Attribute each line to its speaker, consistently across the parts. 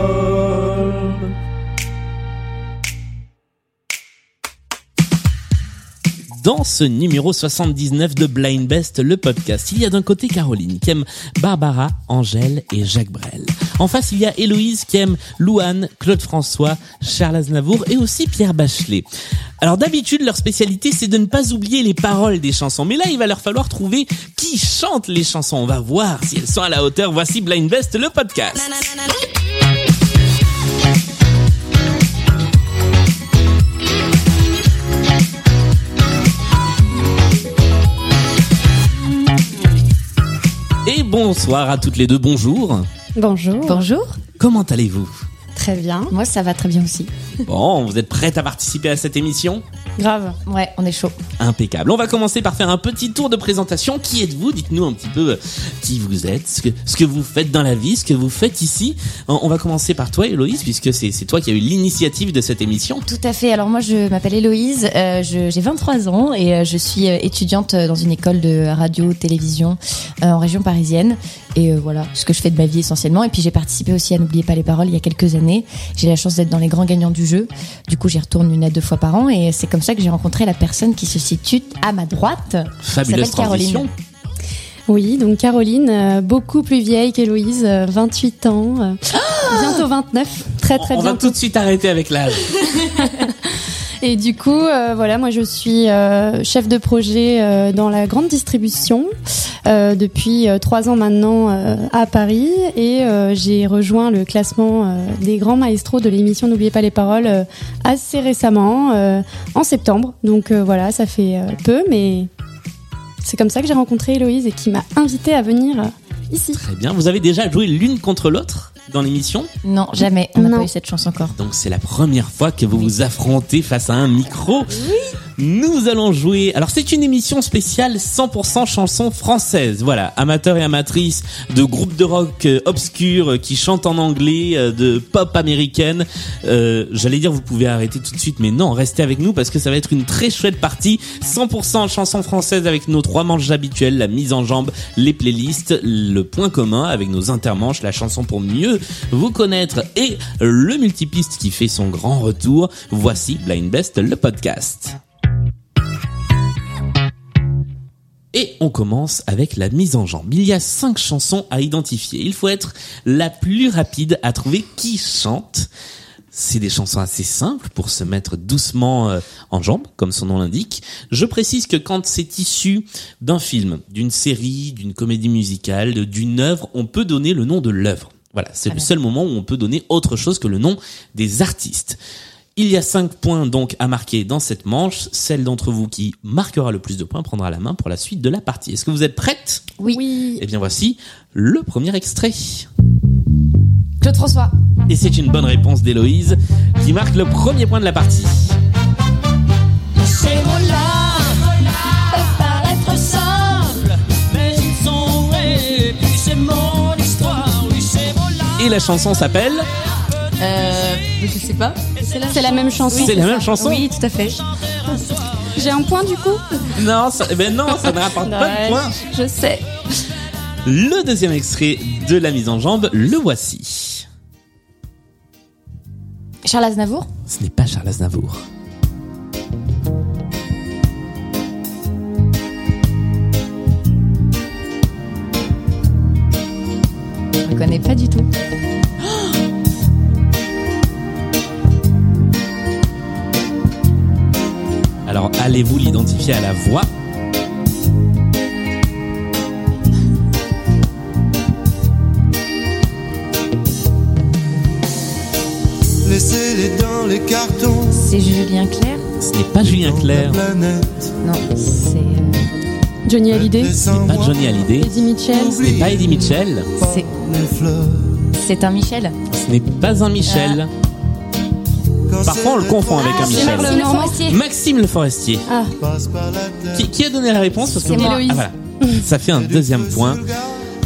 Speaker 1: Microstodome.
Speaker 2: Dans ce numéro 79 de Blind Best, le podcast, il y a d'un côté Caroline qui aime Barbara, Angèle et Jacques Brel. En face, il y a Héloïse qui aime Louane, Claude François, Charles Aznavour et aussi Pierre Bachelet. Alors d'habitude, leur spécialité, c'est de ne pas oublier les paroles des chansons. Mais là, il va leur falloir trouver qui chante les chansons. On va voir si elles sont à la hauteur. Voici Blind Best, le podcast. Et bonsoir à toutes les deux, bonjour.
Speaker 3: Bonjour.
Speaker 4: Bonjour.
Speaker 2: Comment allez-vous
Speaker 3: Très bien.
Speaker 4: Moi, ça va très bien aussi.
Speaker 2: Bon, vous êtes prête à participer à cette émission
Speaker 3: Grave.
Speaker 4: Ouais, on est chaud.
Speaker 2: Impeccable. On va commencer par faire un petit tour de présentation. Qui êtes-vous Dites-nous un petit peu euh, qui vous êtes, ce que, ce que vous faites dans la vie, ce que vous faites ici. On on va commencer par toi, Héloïse, puisque c'est c'est toi qui as eu l'initiative de cette émission.
Speaker 4: Tout à fait. Alors moi, je m'appelle Héloïse, euh, je- j'ai 23 ans et euh, je suis euh, étudiante euh, dans une école de radio, télévision euh, en région parisienne. Et euh, voilà ce que je fais de ma vie essentiellement. Et puis j'ai participé aussi à N'oubliez pas les paroles il y a quelques années. J'ai la chance d'être dans les grands gagnants du jeu. Du coup, j'y retourne une à deux fois par an et c'est comme ça que j'ai rencontré la personne qui se situe à ma droite.
Speaker 2: Fabuleuse
Speaker 4: s'appelle Caroline.
Speaker 2: transition.
Speaker 3: Oui, donc Caroline, euh, beaucoup plus vieille qu'Héloïse, euh, 28 ans, euh, bientôt 29, très très
Speaker 2: On- on va
Speaker 3: bien.
Speaker 2: tout de suite arrêter avec l'âge.
Speaker 3: Et du coup, euh, voilà, moi je suis euh, chef de projet euh, dans la grande distribution euh, depuis euh, trois ans maintenant euh, à Paris et euh, j'ai rejoint le classement euh, des grands maestros de l'émission N'oubliez pas les paroles euh, assez récemment, euh, en septembre. Donc euh, voilà, ça fait euh, peu, mais c'est comme ça que j'ai rencontré Héloïse et qui m'a invitée à venir euh, ici.
Speaker 2: Très bien. Vous avez déjà joué l'une contre l'autre dans l'émission.
Speaker 4: Non, jamais. On n'a
Speaker 3: Non.
Speaker 4: pas eu cette chance encore.
Speaker 2: Donc c'est la première fois que vous vous affrontez face à un micro. Nous allons jouer. Alors c'est une émission spéciale 100% chansons françaises. Voilà, amateurs et amatrices de groupes de rock euh, obscurs euh, qui chantent en anglais, euh, de pop américaine. Euh, J'allais dire vous pouvez arrêter tout de suite, mais non, restez avec nous parce que ça va être une très chouette partie 100% chansons françaises avec nos trois manches habituelles, la mise en jambe, les playlists, le point commun avec nos intermanches, la chanson pour mieux vous connaître et le multipiste qui fait son grand retour. Voici Blind Best, le podcast. Et on commence avec la mise en jambe. Il y a cinq chansons à identifier. Il faut être la plus rapide à trouver qui chante. C'est des chansons assez simples pour se mettre doucement euh, en jambe, comme son nom l'indique. Je précise que quand c'est issu d'un film, d'une série, d'une comédie musicale, de- d'une œuvre, on peut donner le nom de l'œuvre. Voilà, c'est le seul moment où on peut donner autre chose que le nom des artistes. Il y a cinq points donc à marquer dans cette manche. Celle d'entre vous qui marquera le plus de points prendra la main pour la suite de la partie. Est-ce que vous êtes prête
Speaker 4: Oui.
Speaker 2: Eh bien voici le premier extrait.
Speaker 4: Claude François.
Speaker 2: Et c'est une bonne réponse d'Héloïse qui marque le premier point de la partie.
Speaker 5: Ces mots-là peuvent paraître simples, mais ils sont vrais. Puis c'est mon histoire, oui, ces mots-là.
Speaker 2: Et la chanson s'appelle
Speaker 4: Euh, je sais pas.
Speaker 3: C'est la même chanson.
Speaker 2: C'est la même chanson
Speaker 4: Oui, tout à fait.
Speaker 3: J'ai un point du coup
Speaker 2: Non, ça, ben non, ça ne rapporte pas de points.
Speaker 4: Je sais.
Speaker 2: Le deuxième extrait de la mise en jambe, le voici.
Speaker 4: Charles Aznavour.
Speaker 2: Ce n'est pas Charles Aznavour.
Speaker 4: Je ne connais pas du tout.
Speaker 2: Alors allez-vous l'identifier à la voix
Speaker 6: Laissez-les dans les cartons,
Speaker 4: C'est Julien Clerc
Speaker 2: Ce n'est pas Julien Clerc,
Speaker 6: la planète.
Speaker 4: Non, c'est euh,
Speaker 3: Johnny Hallyday,
Speaker 6: Sans
Speaker 2: pas
Speaker 6: moi,
Speaker 2: Johnny Hallyday,
Speaker 3: Eddie Mitchell.
Speaker 2: ce n'est pas Eddie Mitchell,
Speaker 4: c'est
Speaker 6: les fleurs.
Speaker 4: c'est un Michel.
Speaker 2: ce n'est pas un Michel.
Speaker 6: Quand
Speaker 2: Parfois on le
Speaker 6: c'est
Speaker 2: confond avec un
Speaker 3: c'est
Speaker 2: Michel.
Speaker 3: Marlon.
Speaker 4: Maxime Forestier.
Speaker 2: Maxime Le Forestier.
Speaker 3: Ah,
Speaker 6: Passe par la tête.
Speaker 2: Qui, qui a donné la réponse Parce que
Speaker 4: C'est
Speaker 2: moi-
Speaker 4: moi.
Speaker 2: Ah, voilà. Ça fait un deuxième point.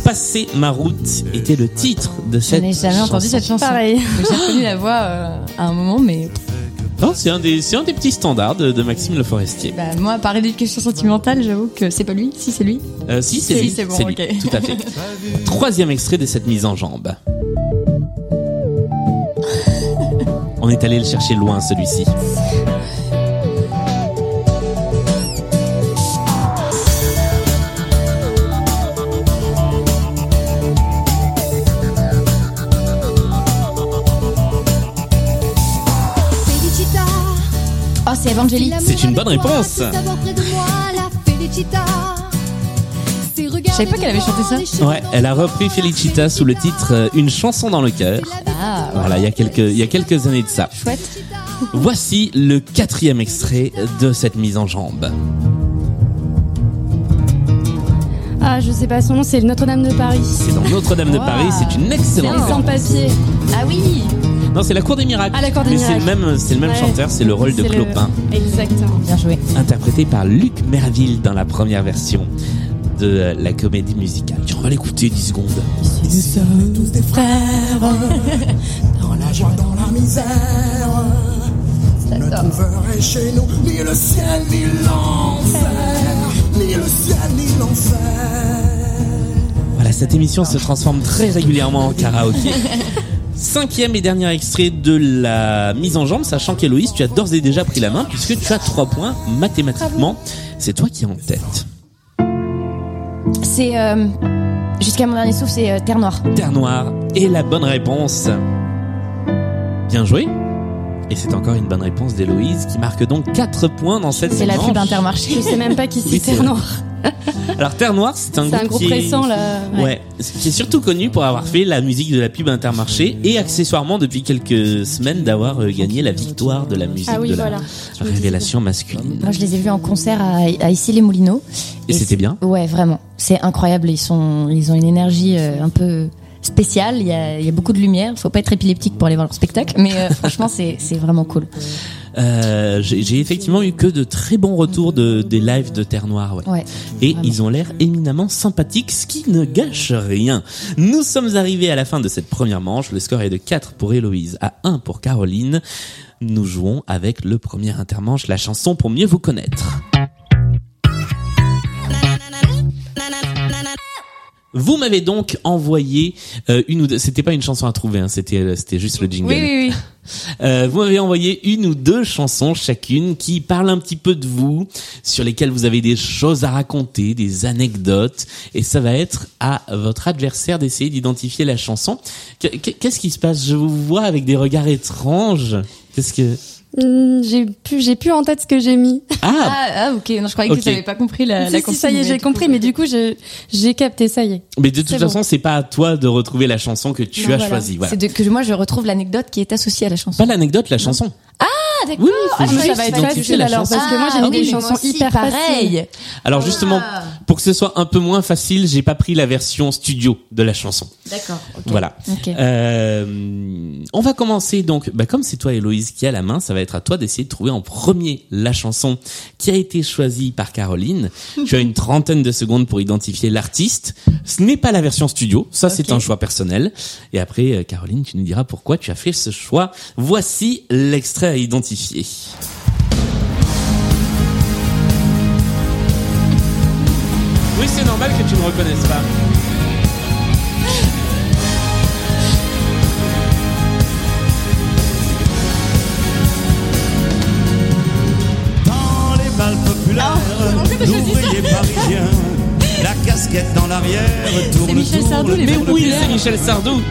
Speaker 2: Passer ma route était le titre de
Speaker 4: Je
Speaker 2: cette
Speaker 4: n'ai jamais entendu cette chanson.
Speaker 3: pareil.
Speaker 4: J'ai reconnu la voix euh, à un moment, mais
Speaker 2: Non, c'est un des, c'est un des petits standards de, de Maxime Le Forestier.
Speaker 4: Bah, moi, parler d'éducation sentimentale, j'avoue que c'est pas lui. Si, c'est lui.
Speaker 2: Euh, si, c'est
Speaker 4: Si,
Speaker 2: lui,
Speaker 4: c'est bon,
Speaker 2: lui,
Speaker 4: ok.
Speaker 2: tout à fait. Troisième extrait de cette mise en jambe. On est allé le chercher loin, celui-ci.
Speaker 1: Felicita,
Speaker 4: Oh, c'est Evangélique.
Speaker 1: l'amour
Speaker 2: C'est
Speaker 1: avec
Speaker 2: une bonne
Speaker 1: toi,
Speaker 2: réponse.
Speaker 1: tout savoir près de moi, la Felicita. Ses regards
Speaker 4: Je savais pas qu'elle avait chanté ça.
Speaker 1: les cheveux
Speaker 2: Ouais,
Speaker 1: dans
Speaker 2: elle a
Speaker 1: le vent,
Speaker 2: repris Felicita sous le titre euh, Une chanson dans le
Speaker 1: la
Speaker 2: cœur.
Speaker 1: vie
Speaker 4: Ah,
Speaker 2: Voilà, il y a quelques, il y a quelques années de ça.
Speaker 4: chouette.
Speaker 2: Voici le quatrième extrait de cette mise en jambe.
Speaker 3: Ah, je sais pas son nom, c'est Notre-Dame de Paris.
Speaker 2: C'est dans Notre-Dame de
Speaker 4: Wow.
Speaker 2: Paris, c'est une excellente.
Speaker 3: Les sans-papiers.
Speaker 4: Ah oui.
Speaker 2: Non, c'est la Cour des Miracles.
Speaker 3: Ah, la Cour des
Speaker 2: Mais c'est le
Speaker 3: Miracles.
Speaker 2: même, c'est le même
Speaker 3: Ouais.
Speaker 2: chanteur, c'est le rôle de
Speaker 3: C'est le-
Speaker 2: Clopin.
Speaker 3: Exactement.
Speaker 4: Bien joué.
Speaker 2: interprété par Luc Merville dans la première version de la comédie musicale. Tu vas l'écouter 10 secondes.
Speaker 7: tous des frères Dans la joie, dans la misère Ne trouverai chez nous ni le ciel ni l'enfer Ni le ciel ni l'enfer
Speaker 2: Voilà, cette émission se transforme très régulièrement en karaoké. Cinquième et dernier extrait de la mise en jambe, sachant qu'Héloïse, tu as d'ores et déjà pris la main puisque tu as trois points mathématiquement. C'est toi qui es en tête.
Speaker 4: C'est euh, jusqu'à mon dernier souffle, c'est euh, Terre Noire.
Speaker 2: Terre Noire est la bonne réponse. Bien joué. Et c'est encore une bonne réponse d'Héloïse qui marque donc quatre points dans cette
Speaker 4: C'est la
Speaker 2: manche.
Speaker 4: pub Intermarché.
Speaker 3: Je sais même pas qui
Speaker 2: Oui,
Speaker 3: c'est
Speaker 2: c'est
Speaker 3: Terre
Speaker 2: vrai.
Speaker 3: Noire.
Speaker 2: Alors Terre Noire, c'est un
Speaker 3: C'est un groupe
Speaker 2: qui est-
Speaker 3: récent là.
Speaker 2: Ouais. qui est surtout connu pour avoir fait la musique de la pub Intermarché et accessoirement depuis quelques semaines d'avoir euh, gagné la victoire de la musique
Speaker 3: Ah oui,
Speaker 2: de
Speaker 3: voilà.
Speaker 2: la révélation masculine.
Speaker 4: Moi, je les ai vus en concert à, à Issy-les-Moulineaux.
Speaker 2: Et c'était bien
Speaker 4: Ouais, vraiment. C'est incroyable. Ils, sont, ils ont une énergie euh, un peu spéciale. Il y a, il y a beaucoup de lumière. Faut pas être épileptique pour aller voir leur spectacle. Mais euh, franchement, c'est c'est vraiment cool.
Speaker 2: Euh, J'ai j'ai effectivement eu que de très bons retours de, des lives de Terre Noire. Ouais.
Speaker 4: Ouais.
Speaker 2: Et
Speaker 4: Vraiment.
Speaker 2: ils ont l'air éminemment sympathiques, ce qui ne gâche rien. Nous sommes arrivés à la fin de cette première manche. Le score est de 4 pour Héloïse, à 1 pour Caroline. Nous jouons avec le premier intermanche, la chanson pour mieux vous connaître. Vous m'avez donc envoyé euh, une ou deux. C'était pas une chanson à trouver, hein, c'était euh, c'était juste le jingle.
Speaker 4: oui.
Speaker 2: Euh, vous m'avez envoyé une ou deux chansons chacune qui parlent un petit peu de vous, sur lesquelles vous avez des choses à raconter, des anecdotes, et ça va être à votre adversaire d'essayer d'identifier la chanson. Que- que- Qu'est-ce qui se passe Je vous vois avec des regards étranges. Qu'est-ce que
Speaker 3: Hmm, J'ai plus, j'ai plus en tête ce que j'ai mis.
Speaker 2: Ah
Speaker 4: Ah, ah, ok. Non, je croyais que
Speaker 2: Ok.
Speaker 4: tu n'avais pas compris la, la
Speaker 3: si, si, ça y est,
Speaker 4: consigne.
Speaker 3: j'ai compris, mais du coup, je- j'ai capté, ça y est.
Speaker 2: mais de toute
Speaker 3: c'est
Speaker 2: façon, c'est pas à toi de retrouver la chanson que tu
Speaker 3: Non,
Speaker 2: as
Speaker 3: voilà.
Speaker 2: choisie. Voilà.
Speaker 4: C'est de- que moi, je retrouve l'anecdote qui est associée à la chanson.
Speaker 2: Pas l'anecdote, la chanson.
Speaker 4: Ah, d'accord.
Speaker 2: Oui,
Speaker 4: Ah,
Speaker 2: faut
Speaker 4: je
Speaker 2: juste
Speaker 4: croyais que ça va être
Speaker 2: identifier
Speaker 3: facile,
Speaker 2: la
Speaker 3: alors,
Speaker 4: Ah,
Speaker 2: chanson.
Speaker 3: parce que moi, j'ai mis des chansons hyper
Speaker 4: pareilles.
Speaker 2: Alors justement,
Speaker 4: Ah.
Speaker 2: pour que ce soit un peu moins facile, j'ai pas pris la version studio de la chanson.
Speaker 4: D'accord. ok.
Speaker 2: Voilà.
Speaker 4: Ok.
Speaker 2: Euh, on va commencer donc, bah comme c'est toi Héloïse qui a la main, ça va être à toi d'essayer de trouver en premier la chanson qui a été choisie par Caroline. tu as une trentaine de secondes pour identifier l'artiste. Ce n'est pas la version studio, ça c'est
Speaker 4: Ok.
Speaker 2: un choix personnel. Et après euh, Caroline, tu nous diras pourquoi tu as fait ce choix. Voici l'extrait à identifier. Oui, c'est normal que tu ne reconnaisses pas.
Speaker 6: Dans les balles
Speaker 4: Ah,
Speaker 6: populaires, l'ouvrier parisien, la casquette dans l'arrière, tourne,
Speaker 4: Michel
Speaker 6: tourne,
Speaker 4: Sardou, les
Speaker 6: tourne,
Speaker 4: balles
Speaker 6: tourne.
Speaker 2: Oui, c'est Michel Sardou.
Speaker 6: Dans les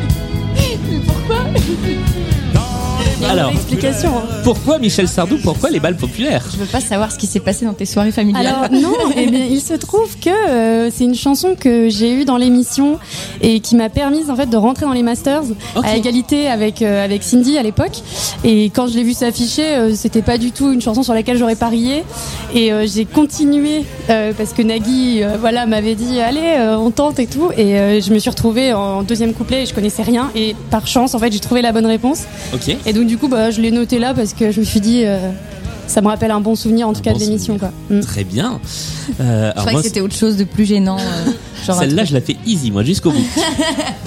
Speaker 6: balles
Speaker 2: Alors,
Speaker 3: Explication. hein.
Speaker 2: Pourquoi Michel Sardou Pourquoi les balles populaires
Speaker 4: Je veux pas savoir ce qui s'est passé dans tes soirées familiales.
Speaker 3: Alors non, eh bien, il se trouve que euh, c'est une chanson que j'ai eue dans l'émission et qui m'a permise en fait de rentrer dans les masters
Speaker 2: Ok.
Speaker 3: à égalité avec euh, avec Cindy à l'époque. Et quand je l'ai vue s'afficher, euh, c'était pas du tout une chanson sur laquelle j'aurais parié. Et euh, j'ai continué euh, parce que Nagui, euh, voilà, m'avait dit allez, euh, on tente et tout. Et euh, je me suis retrouvée en deuxième couplet et je connaissais rien. Et par chance, en fait, j'ai trouvé la bonne réponse.
Speaker 2: Ok.
Speaker 3: Et donc du coup, bah, je l'ai noté là parce que je me suis dit. euh, ça me rappelle un bon souvenir en tout
Speaker 2: Un
Speaker 3: cas
Speaker 2: bon
Speaker 3: de l'émission quoi.
Speaker 2: souvenir.
Speaker 3: Mm.
Speaker 2: Très bien. Euh,
Speaker 4: Je
Speaker 2: alors
Speaker 4: croyais
Speaker 2: moi,
Speaker 4: que c'était autre chose de plus gênant. euh, genre un
Speaker 2: Celle-là, je la fais easy, moi, jusqu'au bout.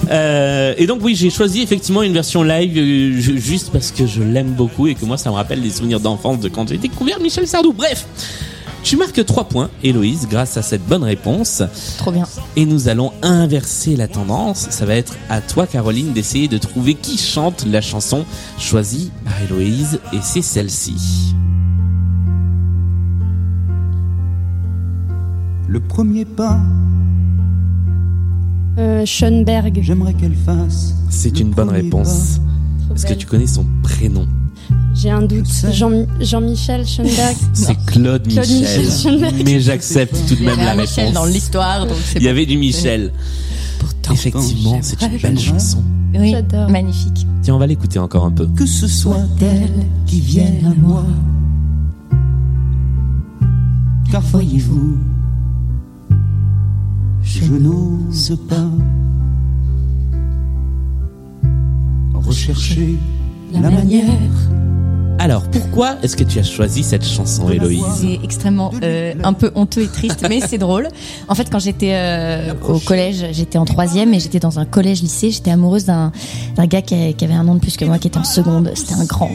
Speaker 2: Euh, et donc, oui, j'ai choisi effectivement une version live euh, ju- juste parce que je l'aime beaucoup et que moi, ça me rappelle des souvenirs d'enfance de quand j'ai découvert Michel Sardou. Bref, tu marques 3 points, Héloïse, grâce à cette bonne réponse.
Speaker 4: truc trop bien.
Speaker 2: Et nous allons inverser la tendance. Ça va être à toi, Caroline, d'essayer de trouver qui chante la chanson choisie par Héloïse. Et c'est celle-ci.
Speaker 8: Le premier pas,
Speaker 3: Euh, Schoenberg.
Speaker 8: j'aimerais qu'elle fasse.
Speaker 2: C'est
Speaker 8: le
Speaker 2: une bonne
Speaker 8: premier
Speaker 2: réponse.
Speaker 3: Trop
Speaker 2: Est-ce que
Speaker 3: belle.
Speaker 2: tu connais son prénom
Speaker 3: J'ai un doute.
Speaker 8: sais.
Speaker 3: Jean- Jean-Michel Schoenberg.
Speaker 2: C'est Claude,
Speaker 3: Claude
Speaker 2: Michel.
Speaker 3: Michel Schoenberg.
Speaker 2: Mais j'accepte tout de même
Speaker 4: Il y
Speaker 2: la
Speaker 4: a un Michel
Speaker 2: réponse.
Speaker 4: dans l'histoire, donc c'est
Speaker 2: Il y
Speaker 4: pas-
Speaker 2: avait du Michel. Effectivement, c'est une belle
Speaker 8: j'aimerais.
Speaker 2: chanson.
Speaker 4: Oui,
Speaker 3: J'adore.
Speaker 4: magnifique.
Speaker 2: Tiens, on va l'écouter encore un peu.
Speaker 8: Que ce soit elle qui vienne à moi. Car voyez-vous, je n'ose pas rechercher la manière.
Speaker 2: Alors, pourquoi est-ce que tu as choisi cette chanson, Héloïse
Speaker 4: C'est extrêmement euh, un peu honteux et triste, mais c'est drôle. En fait, quand j'étais euh, au collège, j'étais en troisième et j'étais dans un collège-lycée. J'étais amoureuse d'un d'un gars qui, a- qui avait un an de plus que moi, qui était en seconde. C'était un grand.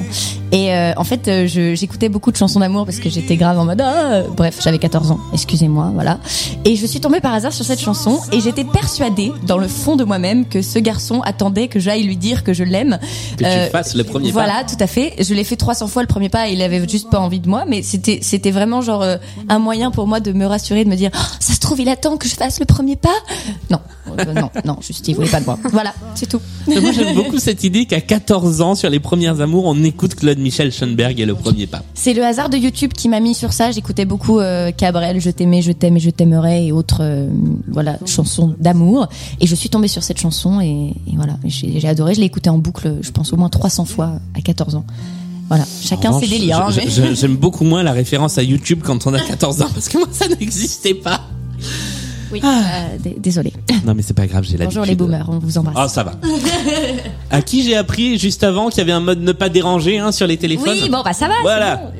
Speaker 4: Et euh, en fait, euh, je- j'écoutais beaucoup de chansons d'amour parce que j'étais grave en mode. Ah Bref, j'avais 14 ans. Excusez-moi, voilà. Et je suis tombée par hasard sur cette chanson et j'étais persuadée dans le fond de moi-même que ce garçon attendait que j'aille lui dire que je l'aime.
Speaker 2: Que
Speaker 4: Euh,
Speaker 2: tu fasses le premier pas.
Speaker 4: voilà, tout à fait. Je l'ai fait 300 fois le premier pas et il avait juste pas envie de moi, mais c'était c'était vraiment genre euh, un moyen pour moi de me rassurer, de me dire Oh, ça se trouve il attend que je fasse le premier pas. Non, euh, non, non, juste il voulait pas de moi. Voilà, c'est tout.
Speaker 2: Mais Moi, j'aime beaucoup cette idée qu'à 14 ans, sur les premières amours, on écoute Claude Michel Schoenberg et le premier pas.
Speaker 4: C'est le hasard de YouTube qui m'a mis sur ça. J'écoutais beaucoup euh, Cabrel, Je t'aimais, je t'aime et je t'aimerai et autres euh, voilà chansons d'amour et je suis tombée sur cette chanson et, et voilà j'ai j'ai adoré. Je l'ai écoutée en boucle, je pense au moins 300 fois à 14 ans. Voilà, chacun
Speaker 2: En
Speaker 4: ses
Speaker 2: revanche,
Speaker 4: délires. hein,
Speaker 2: je-
Speaker 4: mais-
Speaker 2: je- je- J'aime beaucoup moins la référence à YouTube quand on a 14 ans parce que moi, ça n'existait pas.
Speaker 4: Oui,
Speaker 2: Ah.
Speaker 4: euh, d- désolé.
Speaker 2: Non, mais c'est pas grave, j'ai l'habitude.
Speaker 4: Bonjour les boomers, on vous embrasse.
Speaker 2: Ah, ça va. à qui j'ai appris juste avant qu'il y avait un mode ne pas déranger hein, sur les téléphones
Speaker 4: Oui, bon, bah ça va.
Speaker 2: Voilà.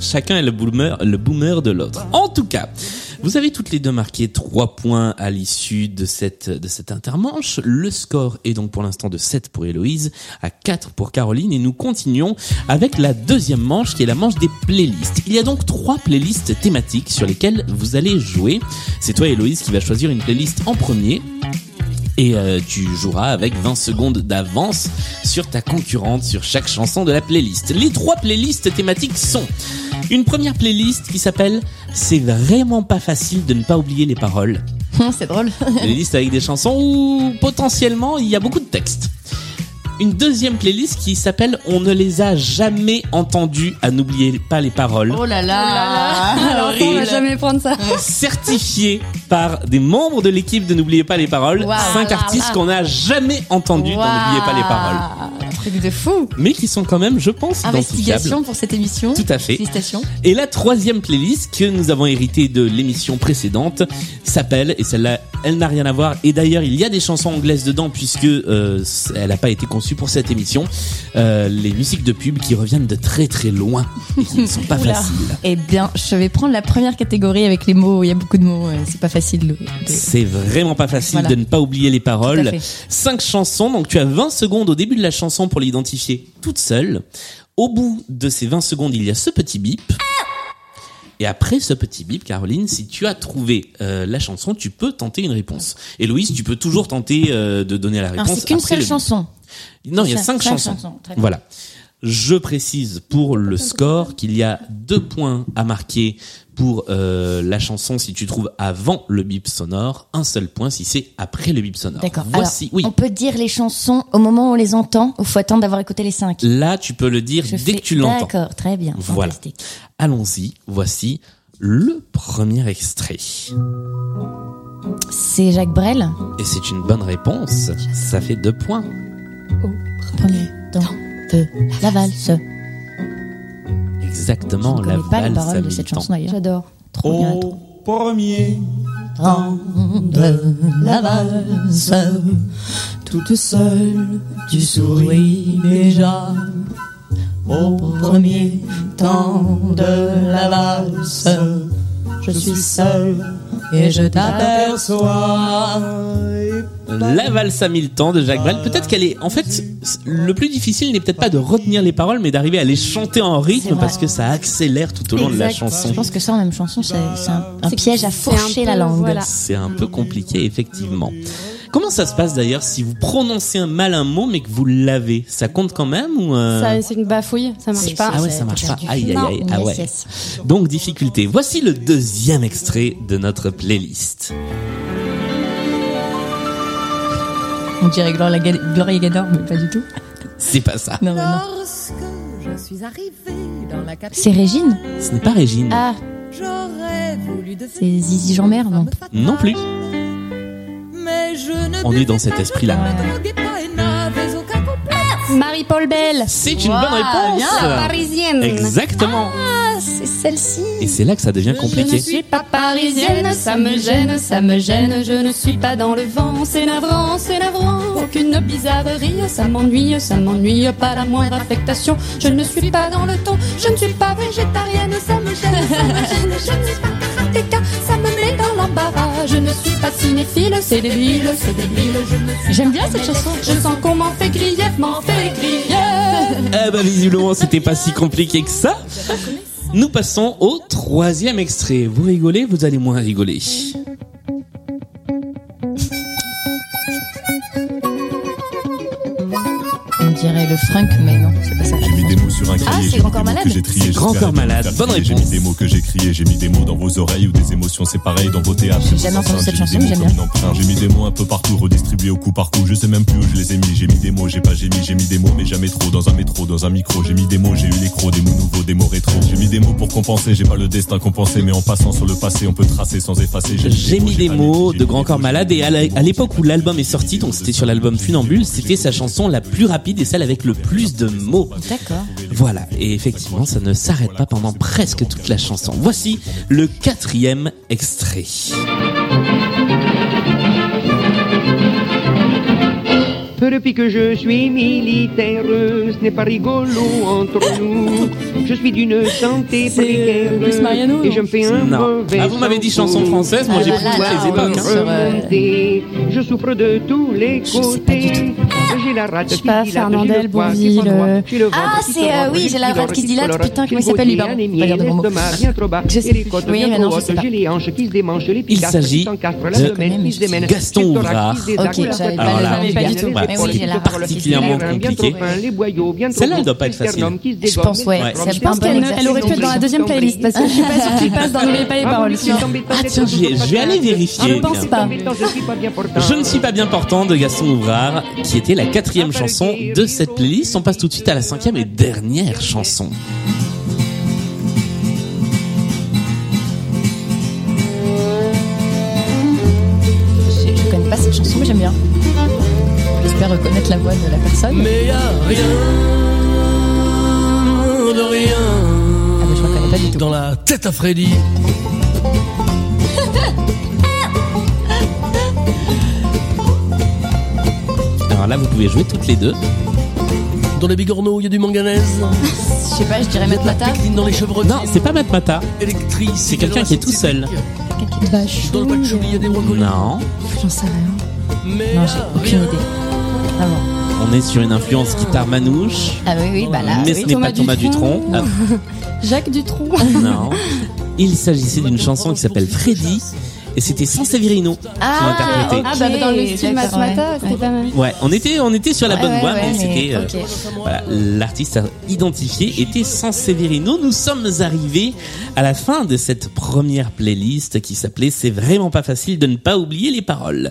Speaker 2: Chacun est le boomer, le boomer de l'autre. En tout cas, vous avez toutes les deux marqué trois points à l'issue de cette, de cette intermanche. Le score est donc pour l'instant de 7 pour Héloïse, à 4 pour Caroline et nous continuons avec la deuxième manche qui est la manche des playlists. Il y a donc trois playlists thématiques sur lesquelles vous allez jouer. C'est toi Héloïse qui va choisir une playlist en premier. Et euh, tu joueras avec 20 secondes d'avance sur ta concurrente sur chaque chanson de la playlist. Les trois playlists thématiques sont une première playlist qui s'appelle C'est vraiment pas facile de ne pas oublier les paroles.
Speaker 4: c'est- C'est drôle.
Speaker 2: Playlist avec des chansons où potentiellement il y a beaucoup de textes. Une deuxième playlist qui s'appelle On ne les a jamais entendus à n'oublier pas les paroles.
Speaker 4: Oh là
Speaker 3: Ah,
Speaker 4: Ah,
Speaker 3: Alors, on va jamais prendre ça.
Speaker 2: certifié par des membres de l'équipe de N'oubliez pas les paroles,
Speaker 4: Waouh.
Speaker 2: cinq artistes qu'on n'a jamais entendus dans N'oubliez pas les paroles,
Speaker 4: Un truc de fou.
Speaker 2: mais qui sont quand même, je pense, identifiables.
Speaker 4: Investigation pour cette émission.
Speaker 2: Tout à fait.
Speaker 4: Félicitations.
Speaker 2: Et la troisième playlist que nous avons héritée de l'émission précédente s'appelle, et celle-là, elle n'a rien à voir, et d'ailleurs il y a des chansons anglaises dedans puisque euh, elle n'a pas été conçue pour cette émission, euh, les musiques de pub qui reviennent de très très loin et qui ne sont pas
Speaker 4: Oula.
Speaker 2: faciles.
Speaker 4: Eh bien, je vais prendre la première catégorie avec les mots. Il y a beaucoup de mots. euh, C'est pas facile. de- de-
Speaker 2: C'est vraiment pas facile
Speaker 4: Voilà.
Speaker 2: de ne pas oublier les
Speaker 4: Tout
Speaker 2: paroles.
Speaker 4: à fait.
Speaker 2: Cinq chansons, donc tu as 20 secondes au début de la chanson pour l'identifier toute seule. Au bout de ces 20 secondes, il y a ce petit bip. Et après ce petit bip, Caroline, si tu as trouvé euh, la chanson, tu peux tenter une réponse. Et Louise, tu peux toujours tenter euh, de donner la
Speaker 4: Alors,
Speaker 2: réponse.
Speaker 4: c'est qu'une
Speaker 2: après
Speaker 4: seule
Speaker 2: le bip.
Speaker 4: chanson.
Speaker 2: Non, il y a cinq
Speaker 4: Cinq- cinq
Speaker 2: chansons.
Speaker 4: chansons, très bien.
Speaker 2: Voilà. Je précise pour le score qu'il y a deux points à marquer pour euh, la chanson si tu trouves avant le bip sonore, un seul point si c'est après le bip sonore.
Speaker 4: D'accord.
Speaker 2: Voici,
Speaker 4: Alors,
Speaker 2: oui.
Speaker 4: On peut dire les chansons au moment où on les entend ou faut attendre d'avoir écouté les cinq.
Speaker 2: Là, tu peux le dire
Speaker 4: Je
Speaker 2: dès
Speaker 4: fais-
Speaker 2: que tu l'entends.
Speaker 4: D'accord, très bien.
Speaker 2: Voilà.
Speaker 4: Fantastique.
Speaker 2: Allons-y. Voici le premier extrait.
Speaker 4: C'est Jacques Brel.
Speaker 2: Et c'est une bonne réponse. Ça fait deux points.
Speaker 4: Premier temps de la valse.
Speaker 2: Exactement.
Speaker 4: je ne
Speaker 2: la
Speaker 4: connais pas les
Speaker 2: valse à
Speaker 4: paroles de
Speaker 2: mille
Speaker 4: cette
Speaker 2: temps.
Speaker 4: chanson d'ailleurs.
Speaker 3: J'adore.
Speaker 4: Trop bien.
Speaker 8: premier
Speaker 4: temps de la valse, toute seule, tu souris déjà.
Speaker 9: au premier temps de la valse. Je suis seul et je t'aperçois.
Speaker 2: La valse à mille temps de Jacques Brel. Peut-être qu'elle est. En fait, le plus difficile n'est peut-être pas de retenir les paroles, mais d'arriver à les chanter en
Speaker 4: C'est
Speaker 2: rythme
Speaker 4: vrai.
Speaker 2: parce que ça accélère tout au long de la
Speaker 4: Exact.
Speaker 2: chanson.
Speaker 4: Je pense que ça, en même chanson, c'est c'est un, un
Speaker 3: C'est-
Speaker 4: piège à
Speaker 3: c'est un
Speaker 4: fourcher
Speaker 3: peu-
Speaker 4: la langue.
Speaker 3: voilà.
Speaker 2: C'est un peu compliqué, effectivement. Comment ça se passe d'ailleurs si vous prononcez un mal un mot mais que vous l'avez Ça compte quand même ou euh,
Speaker 3: Ça, c'est une bafouille, ça marche
Speaker 4: C'est-
Speaker 3: pas.
Speaker 2: Ah ouais,
Speaker 4: c'est-
Speaker 2: ça marche
Speaker 4: t'as
Speaker 2: pas.
Speaker 4: perdu.
Speaker 2: Aïe, aïe,
Speaker 4: Non.
Speaker 2: aïe. Ah
Speaker 4: Yes,
Speaker 2: ouais.
Speaker 4: yes.
Speaker 2: Donc, difficulté. Voici le deuxième extrait de notre playlist.
Speaker 4: On dirait Gloria Ga- Gloria Gaynor, mais pas du tout.
Speaker 2: C'est pas ça.
Speaker 4: Non, non.
Speaker 9: Lorsque je suis arrivée dans la capitale,
Speaker 4: C'est Régine
Speaker 2: Ce n'est pas Régine.
Speaker 4: Ah,
Speaker 9: j'aurais voulu
Speaker 4: c'est
Speaker 9: devenir
Speaker 4: Zizi Jean-Mer, non
Speaker 9: femme fatale.
Speaker 2: Non plus.
Speaker 9: Mais je ne
Speaker 2: On est dans
Speaker 9: buvais
Speaker 2: cet
Speaker 9: pas,
Speaker 2: esprit-là.
Speaker 9: je ne droguais pas et n'avais aucun complexe.
Speaker 4: Ah
Speaker 3: Marie-Paul Bell.
Speaker 2: C'est une
Speaker 4: Wow,
Speaker 2: bonne réponse.
Speaker 3: La parisienne.
Speaker 2: Exactement.
Speaker 4: C'est celle-ci.
Speaker 2: Et c'est là que ça devient
Speaker 3: Je ne
Speaker 2: compliqué.
Speaker 3: suis pas parisienne, ça me gêne, ça me gêne. Je ne suis pas dans le vent, c'est navrant, c'est navrant. Aucune bizarrerie, ça m'ennuie, ça m'ennuie. Pas la moindre affectation. Je ne suis pas dans le ton, je ne suis pas végétarienne, ça me gêne, ça me gêne. Je ne suis pas karatéka, ça me met dans l'embarras. Je ne suis pas cinéphile, c'est débile, c'est débile. Je ne suis
Speaker 4: J'aime bien cette chanson.
Speaker 3: je sens qu'on m'en fait grief, m'en fait grief.
Speaker 2: Eh ben, visiblement, c'était pas si compliqué que ça. Nous passons au troisième extrait. Vous rigolez, vous allez moins rigoler.
Speaker 4: On dirait le Frank, mais non, c'est pas ça.
Speaker 10: J'ai mis des mots sur un cahier,
Speaker 4: Ah, c'est
Speaker 10: j'ai mis
Speaker 4: Grand Corps
Speaker 10: des mots
Speaker 4: Malade.
Speaker 10: que j'ai triés,
Speaker 2: C'est Grand
Speaker 10: j'espère
Speaker 2: Corps
Speaker 10: bien
Speaker 2: Malade.
Speaker 10: vous faire
Speaker 2: Bonne
Speaker 10: crier. J'ai
Speaker 2: réponse.
Speaker 10: mis des mots que j'ai criés, j'ai mis des mots dans vos oreilles ou des émotions, c'est pareil dans vos théâtres.
Speaker 4: J'ai jamais entendu cette chanson, mais j'aime bien.
Speaker 10: J'ai mis des mots un peu partout, redistribués au coup par coup. Je sais même plus où je les ai mis. J'ai mis des mots, j'ai pas j'ai mis, j'ai mis des mots, mais jamais trop. Dans un métro, dans un micro, j'ai mis des mots, j'ai eu les crocs, des mots nouveaux, des mots rétro. J'ai mis des mots pour compenser, j'ai pas le destin compensé, mais en passant sur le passé, on peut tracer sans effacer.
Speaker 2: J'ai mis des
Speaker 10: pas
Speaker 2: mots
Speaker 10: j'ai
Speaker 2: de
Speaker 10: mis
Speaker 2: Grand
Speaker 10: des
Speaker 2: Corps
Speaker 10: mots,
Speaker 2: Malade
Speaker 10: j'ai mis
Speaker 2: et à la-
Speaker 10: des mots,
Speaker 2: à l'époque où
Speaker 10: j'ai pas
Speaker 2: l'album
Speaker 10: j'ai
Speaker 2: est
Speaker 10: mis
Speaker 2: sorti,
Speaker 10: des mots,
Speaker 2: donc c'était
Speaker 10: j'ai
Speaker 2: sur
Speaker 10: pas
Speaker 2: l'album
Speaker 10: j'ai mis
Speaker 2: Funambule,
Speaker 10: des mots,
Speaker 2: c'était sa chanson la plus rapide et celle avec le plus de mots.
Speaker 4: D'accord.
Speaker 2: Voilà, et effectivement, ça ne s'arrête pas pendant presque toute la chanson. Voici le quatrième extrait.
Speaker 11: Peu depuis que je suis militaire, ce n'est pas rigolo entre nous. Je suis d'une santé
Speaker 4: C'est,
Speaker 11: précaire
Speaker 4: euh, Luis Mariano,
Speaker 11: et je me fais un
Speaker 2: Non.
Speaker 11: mauvais
Speaker 2: Ah, vous m'avez dit
Speaker 11: sang
Speaker 2: chanson
Speaker 11: faux.
Speaker 2: française, moi
Speaker 4: Ah
Speaker 2: j'ai
Speaker 4: là
Speaker 2: pris
Speaker 4: là,
Speaker 2: toutes les
Speaker 4: on est
Speaker 2: époques. hein.
Speaker 4: sur, euh,
Speaker 11: Remontez, Je souffre de tous les
Speaker 4: sais pas du
Speaker 11: côtés. Ah,
Speaker 4: tout.
Speaker 11: J'ai la rate
Speaker 3: Je sais pas,
Speaker 11: qui dilate,
Speaker 3: Fernandel,
Speaker 11: j'ai le foie qui
Speaker 3: Bourvil,
Speaker 11: prend droit,
Speaker 3: euh.
Speaker 11: j'ai le ventre
Speaker 4: Ah,
Speaker 11: qui
Speaker 4: c'est,
Speaker 11: se
Speaker 4: euh,
Speaker 11: rend,
Speaker 4: oui,
Speaker 11: qui
Speaker 4: j'ai la
Speaker 11: dort,
Speaker 4: rate qui
Speaker 11: qui
Speaker 4: dilate,
Speaker 11: colore,
Speaker 4: putain,
Speaker 11: j'ai
Speaker 4: comment il
Speaker 11: le
Speaker 4: s'appelle,
Speaker 11: côté
Speaker 4: lui, pardon,
Speaker 11: anémié,
Speaker 4: pas dire de gros mots.
Speaker 11: l'estomac bien trop bas,
Speaker 4: Je
Speaker 11: et
Speaker 4: sais
Speaker 11: les
Speaker 4: plus.
Speaker 11: côtes
Speaker 4: Oui,
Speaker 11: bien
Speaker 4: mais
Speaker 11: trop
Speaker 4: non, je
Speaker 11: hautes,
Speaker 4: sais pas.
Speaker 11: j'ai les hanches qui se démanchent, les
Speaker 2: Il
Speaker 11: pilastres qui
Speaker 2: s'agit
Speaker 11: s'encastrent, la
Speaker 2: de
Speaker 11: semaine qui se démène,
Speaker 2: Gaston
Speaker 11: j'ai le thorax
Speaker 2: Ouvrard.
Speaker 11: qui se désaxe,
Speaker 4: Ok,
Speaker 11: la
Speaker 4: j'avais
Speaker 11: tête
Speaker 2: pas-
Speaker 11: qui
Speaker 2: j'avais
Speaker 11: se
Speaker 2: pas
Speaker 11: dégaine,
Speaker 4: du tout.
Speaker 11: les
Speaker 4: Ouais,
Speaker 11: épaules
Speaker 4: oui,
Speaker 11: qui
Speaker 4: j'ai
Speaker 11: se
Speaker 4: la
Speaker 11: parlent,
Speaker 2: particulièrement
Speaker 11: les reins bien
Speaker 2: compliquée.
Speaker 11: trop fins, les boyaux bien trop
Speaker 2: Celle-là, elle
Speaker 11: gros,
Speaker 2: doit pas être
Speaker 11: le sternum
Speaker 2: facile.
Speaker 11: qui se
Speaker 4: Je
Speaker 11: dégomme,
Speaker 4: pense, ouais.
Speaker 2: Ouais.
Speaker 4: C'est
Speaker 3: Je
Speaker 4: pas un
Speaker 3: pense
Speaker 4: bon
Speaker 3: qu'elle
Speaker 4: exercice.
Speaker 3: elle aurait pu être dans la deuxième playlist parce que je suis pas sûre qu'il passe dans n'oubliez pas les paroles.
Speaker 2: Ah tiens, j'y ai- je vais aller vérifier.
Speaker 3: Ah, Je pense
Speaker 2: tiens.
Speaker 3: pas.
Speaker 2: Je ne suis pas bien portant de Gaston Ouvrard, qui était la quatrième chanson de cette playlist. On passe tout de suite à la cinquième et dernière chanson.
Speaker 4: Je, je connais pas cette chanson, mais j'aime bien. J'espère reconnaître la voix de la personne.
Speaker 5: Mais y a rien de
Speaker 4: Ah,
Speaker 5: rien
Speaker 4: mais je reconnais pas du tout.
Speaker 5: dans la tête à Freddy.
Speaker 2: Alors là, vous pouvez jouer toutes les deux.
Speaker 5: Dans les bigorneaux, il y a du manganèse.
Speaker 4: Je sais pas, je dirais
Speaker 5: Il y a
Speaker 4: mettre
Speaker 5: de la
Speaker 4: la table.
Speaker 5: pécline dans les chevrotines.
Speaker 2: Non, c'est pas Matmata.
Speaker 5: électrice.
Speaker 2: C'est quelqu'un qui est tout seul.
Speaker 5: Dans le patchouli, il y a des brocolis.
Speaker 2: Non,
Speaker 4: J'en sais rien.
Speaker 5: Mais
Speaker 4: Non,
Speaker 5: y
Speaker 4: j'ai
Speaker 5: a
Speaker 4: aucune
Speaker 5: rien
Speaker 4: idée. Vraiment.
Speaker 2: on est sur une influence guitare manouche,
Speaker 4: Ah oui, oui, bah là.
Speaker 2: mais
Speaker 4: oui.
Speaker 2: ce n'est
Speaker 3: Thomas
Speaker 2: pas Thomas
Speaker 3: Dutronc.
Speaker 2: Dutronc. Ah,
Speaker 3: Jacques Dutronc.
Speaker 2: non. Il s'agissait d'une chanson qui s'appelle Freddy, et c'était San Severino qui
Speaker 4: Ah,
Speaker 2: l'interprétait.
Speaker 3: Ah bah dans le style
Speaker 4: D'accord,
Speaker 3: Matmata,
Speaker 4: ouais.
Speaker 3: c'était pas mal.
Speaker 2: Ouais, on était, on était sur la
Speaker 4: Ouais,
Speaker 2: bonne
Speaker 4: ouais,
Speaker 2: voie,
Speaker 4: ouais,
Speaker 2: mais, c'était. euh,
Speaker 4: ok.
Speaker 2: Voilà, l'artiste a identifié était San Severino. Nous sommes arrivés à la fin de cette première playlist qui s'appelait C'est vraiment pas facile de ne pas oublier les paroles.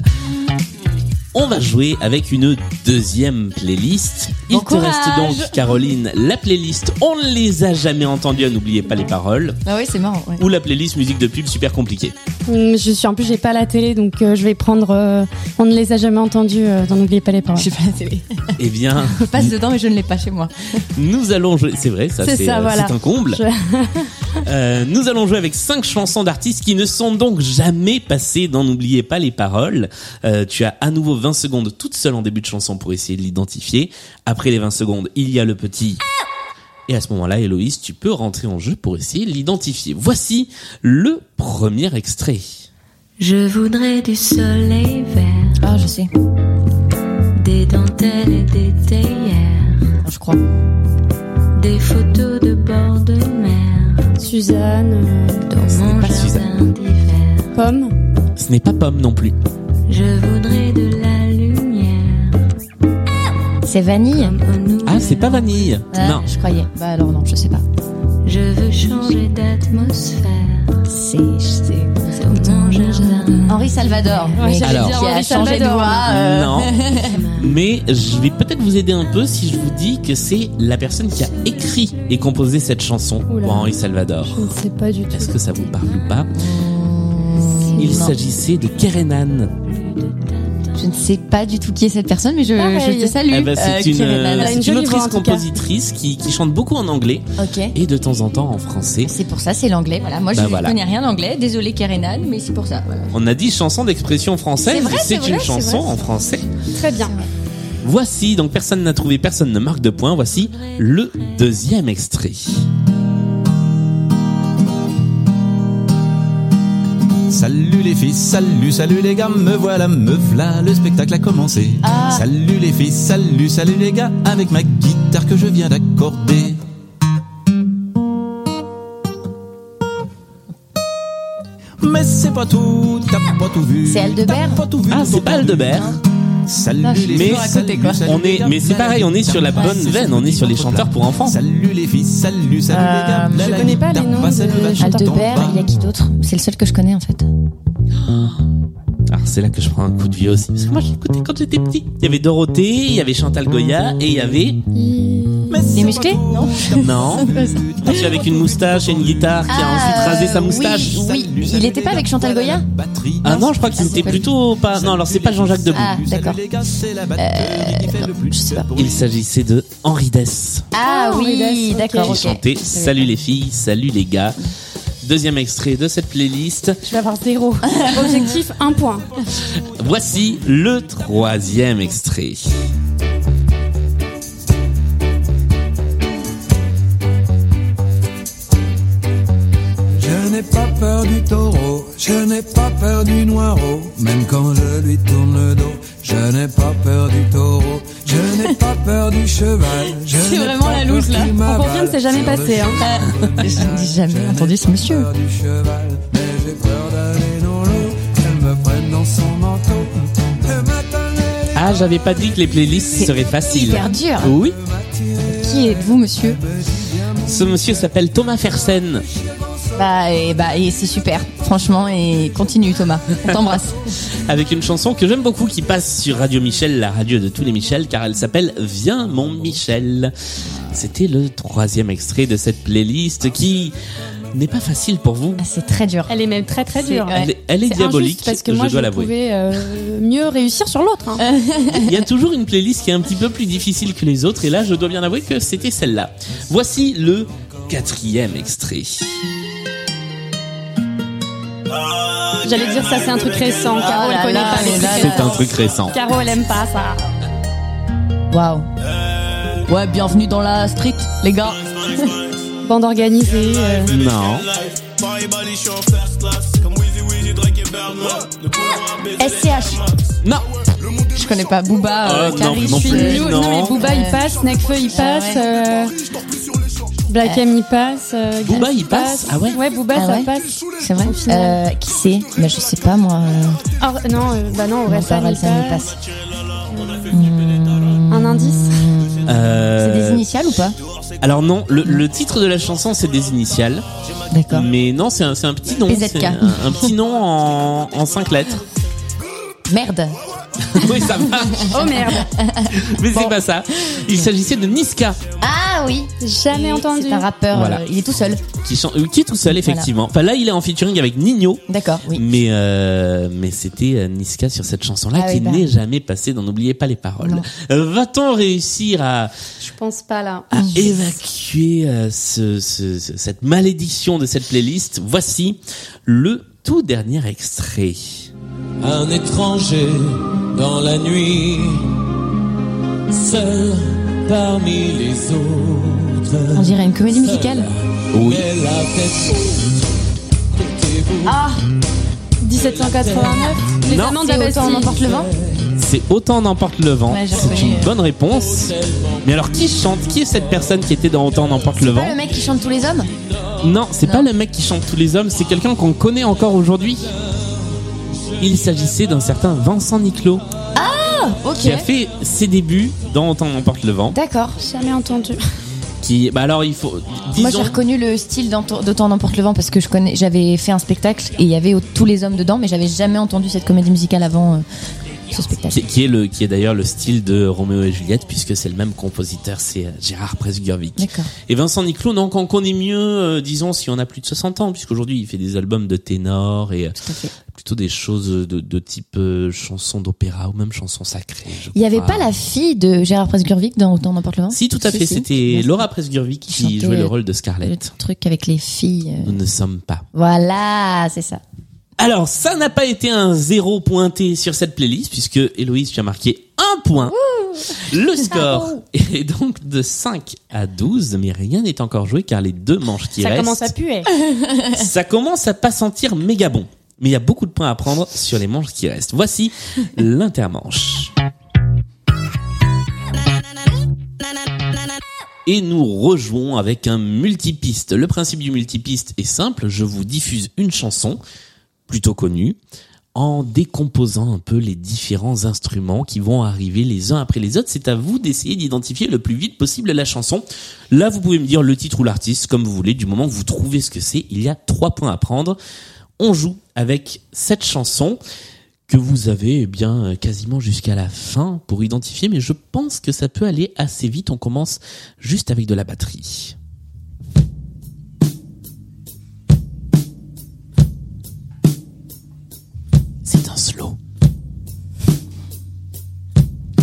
Speaker 2: On va jouer avec une deuxième playlist. Il
Speaker 4: Bon
Speaker 2: te
Speaker 4: courage.
Speaker 2: reste donc, Caroline, la playlist On ne les a jamais entendus, à n'oubliez pas les paroles,
Speaker 4: Ah oui, c'est marrant. ouais.
Speaker 2: ou la playlist musique de pub super compliquée.
Speaker 3: Hum, Je suis en plus j'ai pas la télé donc euh, je vais prendre. euh, on ne les a jamais entendus. Euh, dans N'oubliez pas les paroles.
Speaker 4: J'ai pas la télé.
Speaker 2: Eh bien,
Speaker 4: Je passe dedans, mais je ne l'ai pas chez moi.
Speaker 2: nous allons jouer. C'est vrai, ça,
Speaker 3: C'est
Speaker 2: c'est
Speaker 3: ça,
Speaker 2: euh,
Speaker 3: voilà.
Speaker 2: c'est un comble.
Speaker 3: Je-
Speaker 2: Euh, nous allons jouer avec cinq chansons d'artistes qui ne sont donc jamais passées dans N'oubliez pas les paroles. Euh, tu as à nouveau 20 secondes toute seule en début de chanson pour essayer de l'identifier. Après les 20 secondes, il y a le petit Et à ce moment-là, Héloïse, tu peux rentrer en jeu pour essayer de l'identifier. Voici le premier extrait.
Speaker 12: Je voudrais du soleil vert.
Speaker 4: Ah, je sais.
Speaker 12: Des dentelles et des théières.
Speaker 4: Je crois.
Speaker 12: Des photos de bord de mer.
Speaker 3: Suzanne. euh,
Speaker 12: Dans mon
Speaker 2: pas
Speaker 12: jardin
Speaker 2: Suzanne.
Speaker 12: d'hiver.
Speaker 3: Pomme.
Speaker 2: Ce n'est pas Pomme non plus.
Speaker 12: Je voudrais de la lumière.
Speaker 4: C'est vanille
Speaker 2: Ah, c'est pas Vanille.
Speaker 4: Ah,
Speaker 2: Non.
Speaker 4: Je croyais. Bah alors non, je sais pas.
Speaker 12: Je veux changer d'atmosphère.
Speaker 4: C'est. c'est-
Speaker 12: Dans mon jardin.
Speaker 4: Henri Salvador.
Speaker 3: Ouais,
Speaker 4: mais
Speaker 3: j'allais
Speaker 2: Alors.
Speaker 3: dire
Speaker 4: qui a
Speaker 3: Henri
Speaker 4: changé de
Speaker 3: Salvador.
Speaker 4: voix. euh,
Speaker 2: Non. Mais je vais peut-être vous aider un peu si je vous dis que c'est la personne qui a écrit et composé cette chanson
Speaker 3: Oula.
Speaker 2: pour Henri Salvador.
Speaker 3: Je ne sais pas du tout.
Speaker 2: Est-ce que ça vous parle ou pas Il
Speaker 4: non.
Speaker 2: s'agissait de Kerenan.
Speaker 4: Je ne sais pas du tout qui est cette personne, mais je,
Speaker 3: Pareil.
Speaker 4: je te salue.
Speaker 2: Eh ben,
Speaker 4: euh,
Speaker 2: c'est une,
Speaker 4: Kerenan.
Speaker 2: euh,
Speaker 3: Elle a une
Speaker 2: c'est une
Speaker 3: jolie voix,
Speaker 2: autrice
Speaker 3: en tout cas.
Speaker 2: compositrice qui, qui chante beaucoup en anglais
Speaker 4: Ok.
Speaker 2: et de temps en temps en français.
Speaker 4: C'est pour ça, c'est l'anglais. Voilà, moi
Speaker 2: Bah,
Speaker 4: je ne
Speaker 2: voilà.
Speaker 4: connais rien d'anglais. Désolée Kerenan, mais c'est pour ça. Voilà.
Speaker 2: On a dit chanson d'expression française,
Speaker 4: C'est vrai,
Speaker 2: et
Speaker 4: c'est
Speaker 2: c'est
Speaker 4: vrai,
Speaker 2: une
Speaker 4: c'est
Speaker 2: chanson
Speaker 4: vrai.
Speaker 2: en français.
Speaker 3: Très bien.
Speaker 2: Voici, donc personne n'a trouvé, personne ne marque de point. Voici le deuxième extrait.
Speaker 13: Salut les filles, salut, salut les gars, me voilà, me voilà, le spectacle a commencé.
Speaker 4: Ah.
Speaker 13: Salut les filles, salut, salut les gars, avec ma guitare que je viens d'accorder. Mais c'est pas tout, t'as pas tout vu.
Speaker 4: C'est Aldebert
Speaker 13: t'as pas tout vu,
Speaker 2: Ah, c'est pas
Speaker 13: t'as entendu.
Speaker 2: Aldebert.
Speaker 13: Salut
Speaker 4: Ah, je suis
Speaker 13: les
Speaker 2: toujours
Speaker 13: filles,
Speaker 2: à
Speaker 4: côté,
Speaker 13: salut,
Speaker 4: quoi.
Speaker 13: salut
Speaker 2: On
Speaker 13: les
Speaker 2: est-
Speaker 13: gars,
Speaker 2: mais c'est pareil, on est sur la
Speaker 13: t'as
Speaker 2: bonne
Speaker 13: passé
Speaker 2: veine, on est sur les chanteurs pour enfants.
Speaker 13: Salut les filles, salut, salut les gars.
Speaker 4: Euh,
Speaker 13: la
Speaker 3: je
Speaker 13: la
Speaker 3: connais pas
Speaker 13: guitare
Speaker 3: les noms
Speaker 13: passe, elle
Speaker 3: de
Speaker 13: va chanter.
Speaker 4: Aldebert, il y a qui d'autre C'est le seul que je connais en fait.
Speaker 2: Ah, c'est là que je prends un coup de vieux aussi. Parce que moi, j'écoutais quand j'étais petit. Il y avait Dorothée, il y avait Chantal Goya et il y avait.
Speaker 3: Il-
Speaker 13: Mais c'est pas
Speaker 4: musclés
Speaker 13: tout,
Speaker 4: Non.
Speaker 13: t'as
Speaker 2: Non. Un type avec une moustache et une guitare qui a ensuite rasé sa moustache.
Speaker 4: Ah, Oui, oui. il était pas avec Chantal Goya
Speaker 13: Bah,
Speaker 2: Ah non, je crois qu'il
Speaker 4: Ah,
Speaker 2: était
Speaker 4: c'est pas
Speaker 2: plutôt pas. Non, alors c'est pas Jean-Jacques Debout.
Speaker 4: Ah, d'accord. Euh,
Speaker 13: je sais pas.
Speaker 2: Il s'agissait de Henri Dess
Speaker 4: Ah
Speaker 3: Ah,
Speaker 4: oui,
Speaker 3: Henri Dess,
Speaker 4: d'accord.
Speaker 2: qui
Speaker 4: ok.
Speaker 2: chantait Salut les filles, salut les gars. Deuxième extrait de cette playlist.
Speaker 3: Je vais avoir zéro. Objectif, un point.
Speaker 2: Voici le troisième extrait.
Speaker 7: Je n'ai pas peur du taureau, je n'ai pas peur du noireau, même quand je lui tourne le dos. Je n'ai pas peur du taureau, je n'ai pas peur du cheval. je
Speaker 4: C'est
Speaker 7: n'ai
Speaker 4: vraiment
Speaker 7: pas
Speaker 4: la
Speaker 7: peur
Speaker 4: loose, là.
Speaker 7: qu'il
Speaker 4: On
Speaker 5: Bah,
Speaker 7: m'avale
Speaker 3: confirme, c'est jamais
Speaker 7: sur
Speaker 3: passé,
Speaker 7: le
Speaker 3: hein.
Speaker 7: chemin de
Speaker 4: Euh, Je n'ai
Speaker 7: cheval.
Speaker 4: jamais
Speaker 7: Je
Speaker 4: entendu
Speaker 7: n'ai
Speaker 4: ce
Speaker 7: pas
Speaker 4: monsieur.
Speaker 7: peur du cheval, mais j'ai peur d'aller dans l'eau, qu'elle me prenne dans son manteau. Le matin, elle
Speaker 2: Ah, j'avais pas dit que les playlists seraient faciles.
Speaker 4: hyper dur.
Speaker 2: Oui.
Speaker 4: Qui êtes-vous, monsieur
Speaker 2: Ce monsieur s'appelle Thomas Fersen.
Speaker 4: Bah et bah et c'est super, franchement. Et continue Thomas, on t'embrasse.
Speaker 2: avec une chanson que j'aime beaucoup qui passe sur Radio Michel, la radio de tous les Michel, car elle s'appelle Viens mon Michel. C'était le troisième extrait de cette playlist qui n'est pas facile pour vous.
Speaker 4: Ah, c'est très dur.
Speaker 3: Elle est même très très
Speaker 4: C'est-
Speaker 3: dure.
Speaker 4: ouais.
Speaker 2: Elle, est- elle est,
Speaker 3: C'est
Speaker 2: diabolique,
Speaker 3: injuste parce que
Speaker 2: je
Speaker 3: moi
Speaker 2: dois l'avouer.
Speaker 3: pouvais euh, mieux réussir sur l'autre. hein.
Speaker 2: Il y a toujours une playlist qui est un petit peu plus difficile que les autres, et là je dois bien avouer que c'était celle-là. Voici le quatrième extrait.
Speaker 3: J'allais dire ça c'est un truc récent. Caro
Speaker 4: Oh là
Speaker 3: elle connaît
Speaker 4: là,
Speaker 3: pas les
Speaker 4: mais là,
Speaker 3: trucs
Speaker 2: C'est un
Speaker 3: récents.
Speaker 2: truc récent.
Speaker 3: Caro elle aime pas ça.
Speaker 4: Waouh. Ouais, bienvenue dans la street, les gars.
Speaker 3: Bande organisée. euh,
Speaker 2: Non.
Speaker 4: SCH.
Speaker 2: Non.
Speaker 4: Je connais pas Booba, euh,
Speaker 2: Ah,
Speaker 4: Carrie,
Speaker 2: non, non
Speaker 4: je suis
Speaker 2: plus.
Speaker 4: nulle.
Speaker 3: Lou- non.
Speaker 2: non.
Speaker 3: mais Booba il passe, Nekfeu il
Speaker 4: Ah
Speaker 3: passe, euh, Black M il passe. euh,
Speaker 2: Booba,
Speaker 3: Gaël,
Speaker 2: il passe Ah ouais
Speaker 3: Ouais Booba
Speaker 4: Ah
Speaker 3: ça
Speaker 4: ouais
Speaker 3: passe.
Speaker 4: C'est vrai euh, Qui c'est Bah je sais pas moi. euh,
Speaker 3: Or, non euh, bah non
Speaker 4: non,
Speaker 3: Orelsan
Speaker 4: Orelsan,
Speaker 3: il
Speaker 4: il
Speaker 3: passe.
Speaker 4: passe. Hmm,
Speaker 3: Un indice.
Speaker 4: C'est des
Speaker 2: Euh,
Speaker 4: initiales ou pas
Speaker 2: alors non, le, le titre de la chanson c'est des initiales.
Speaker 4: D'accord.
Speaker 2: Mais non, c'est un, c'est un petit nom.
Speaker 4: PZK.
Speaker 2: c'est Un, un petit nom en, en cinq lettres. mm.
Speaker 4: Merde.
Speaker 2: oui, ça va.
Speaker 3: Oh merde.
Speaker 2: Mais c'est pas ça. Il s'agissait de Niska,
Speaker 4: Ah oui.
Speaker 3: Jamais entendu.
Speaker 4: C'est un rappeur.
Speaker 2: Voilà.
Speaker 4: euh, il est tout seul.
Speaker 2: qui, chan- euh, qui est tout seul, effectivement. Enfin, là, il est en featuring avec Nino.
Speaker 4: D'accord. Oui.
Speaker 2: Mais, euh, mais c'était euh, Niska sur cette chanson-là
Speaker 4: Ah
Speaker 2: qui
Speaker 4: oui, bah.
Speaker 2: n'est jamais passée dans N'oubliez pas les paroles.
Speaker 4: Non.
Speaker 2: Euh, Va-t-on réussir à,
Speaker 3: Je pense pas là.
Speaker 2: à évacuer euh, ce- ce- ce- cette malédiction de cette playlist Voici le tout dernier extrait.
Speaker 5: Un étranger dans la nuit, seul parmi les autres.
Speaker 4: On dirait une
Speaker 2: Euh,
Speaker 4: comédie musicale.
Speaker 2: Oui.
Speaker 4: Ah
Speaker 3: 1789, les
Speaker 2: Non.
Speaker 3: Allemands de la
Speaker 4: C'est autant
Speaker 3: Bastille.
Speaker 4: en emporte le vent
Speaker 2: C'est Autant en emporte le vent.
Speaker 4: Ouais, j'ai
Speaker 2: c'est une
Speaker 4: reconnu.
Speaker 2: bonne réponse. Mais alors, qui chante Qui est cette personne qui était dans Autant en emporte le
Speaker 4: C'est
Speaker 2: vent
Speaker 4: pas le mec qui chante tous les hommes
Speaker 2: Non, c'est pas le mec qui chante tous les hommes, c'est quelqu'un qu'on connaît encore aujourd'hui. Il s'agissait d'un certain Vincent Niclot
Speaker 4: Ah
Speaker 2: qui a
Speaker 4: Ok.
Speaker 2: fait ses débuts dans Autant en emporte le vent.
Speaker 4: D'accord.
Speaker 3: Jamais entendu.
Speaker 2: Qui, bah alors il faut.
Speaker 4: Moi
Speaker 2: Disons,
Speaker 4: j'ai reconnu le style d'Anto- d'Autant en emporte le vent parce que je connais, j'avais fait un spectacle et il y avait au- tous les hommes dedans, mais j'avais jamais entendu cette comédie musicale avant euh, ce spectacle.
Speaker 2: qui, qui est le, qui est d'ailleurs le style de Roméo et Juliette puisque c'est le même compositeur, c'est euh, Gérard Presgervic.
Speaker 4: D'accord.
Speaker 2: Et Vincent Niclot, donc on connaît mieux, euh, disons, si on a plus de 60 ans, puisqu'aujourd'hui il fait des albums de ténor et euh, plutôt des choses de, de type euh, chansons d'opéra ou même chansons sacrées. je
Speaker 4: Il n'y avait
Speaker 2: crois.
Speaker 4: pas la fille de Gérard Presgurvic dans Autant en emporte le vent
Speaker 2: Si, tout à fait,
Speaker 4: si.
Speaker 2: c'était Laura Presgurvic qui
Speaker 4: chantait
Speaker 2: jouait le rôle de Scarlett.
Speaker 4: Le truc avec les filles. euh.
Speaker 2: Nous ne sommes pas.
Speaker 4: Voilà, c'est ça.
Speaker 2: Alors, ça n'a pas été un zéro pointé sur cette playlist, puisque Héloïse, tu as marqué un point.
Speaker 3: Ah
Speaker 2: Le score est donc de 5 à 12, mais rien n'est encore joué car les deux manches qui
Speaker 3: Ça
Speaker 2: restent,
Speaker 3: commence à puer.
Speaker 2: ça commence à pas sentir méga bon. Mais il y a beaucoup de points à prendre sur les manches qui restent. Voici l'intermanche. Et nous rejouons avec un multipiste. Le principe du multipiste est simple, je vous diffuse une chanson, plutôt connue, en décomposant un peu les différents instruments qui vont arriver les uns après les autres. C'est à vous d'essayer d'identifier le plus vite possible la chanson. Là, vous pouvez me dire le titre ou l'artiste, comme vous voulez, du moment que vous trouvez ce que c'est. Il y a trois points à prendre. On joue avec cette chanson que vous avez eh bien euh, quasiment jusqu'à la fin pour identifier, mais je pense que ça peut aller assez vite. On commence juste avec de la batterie. C'est un slow.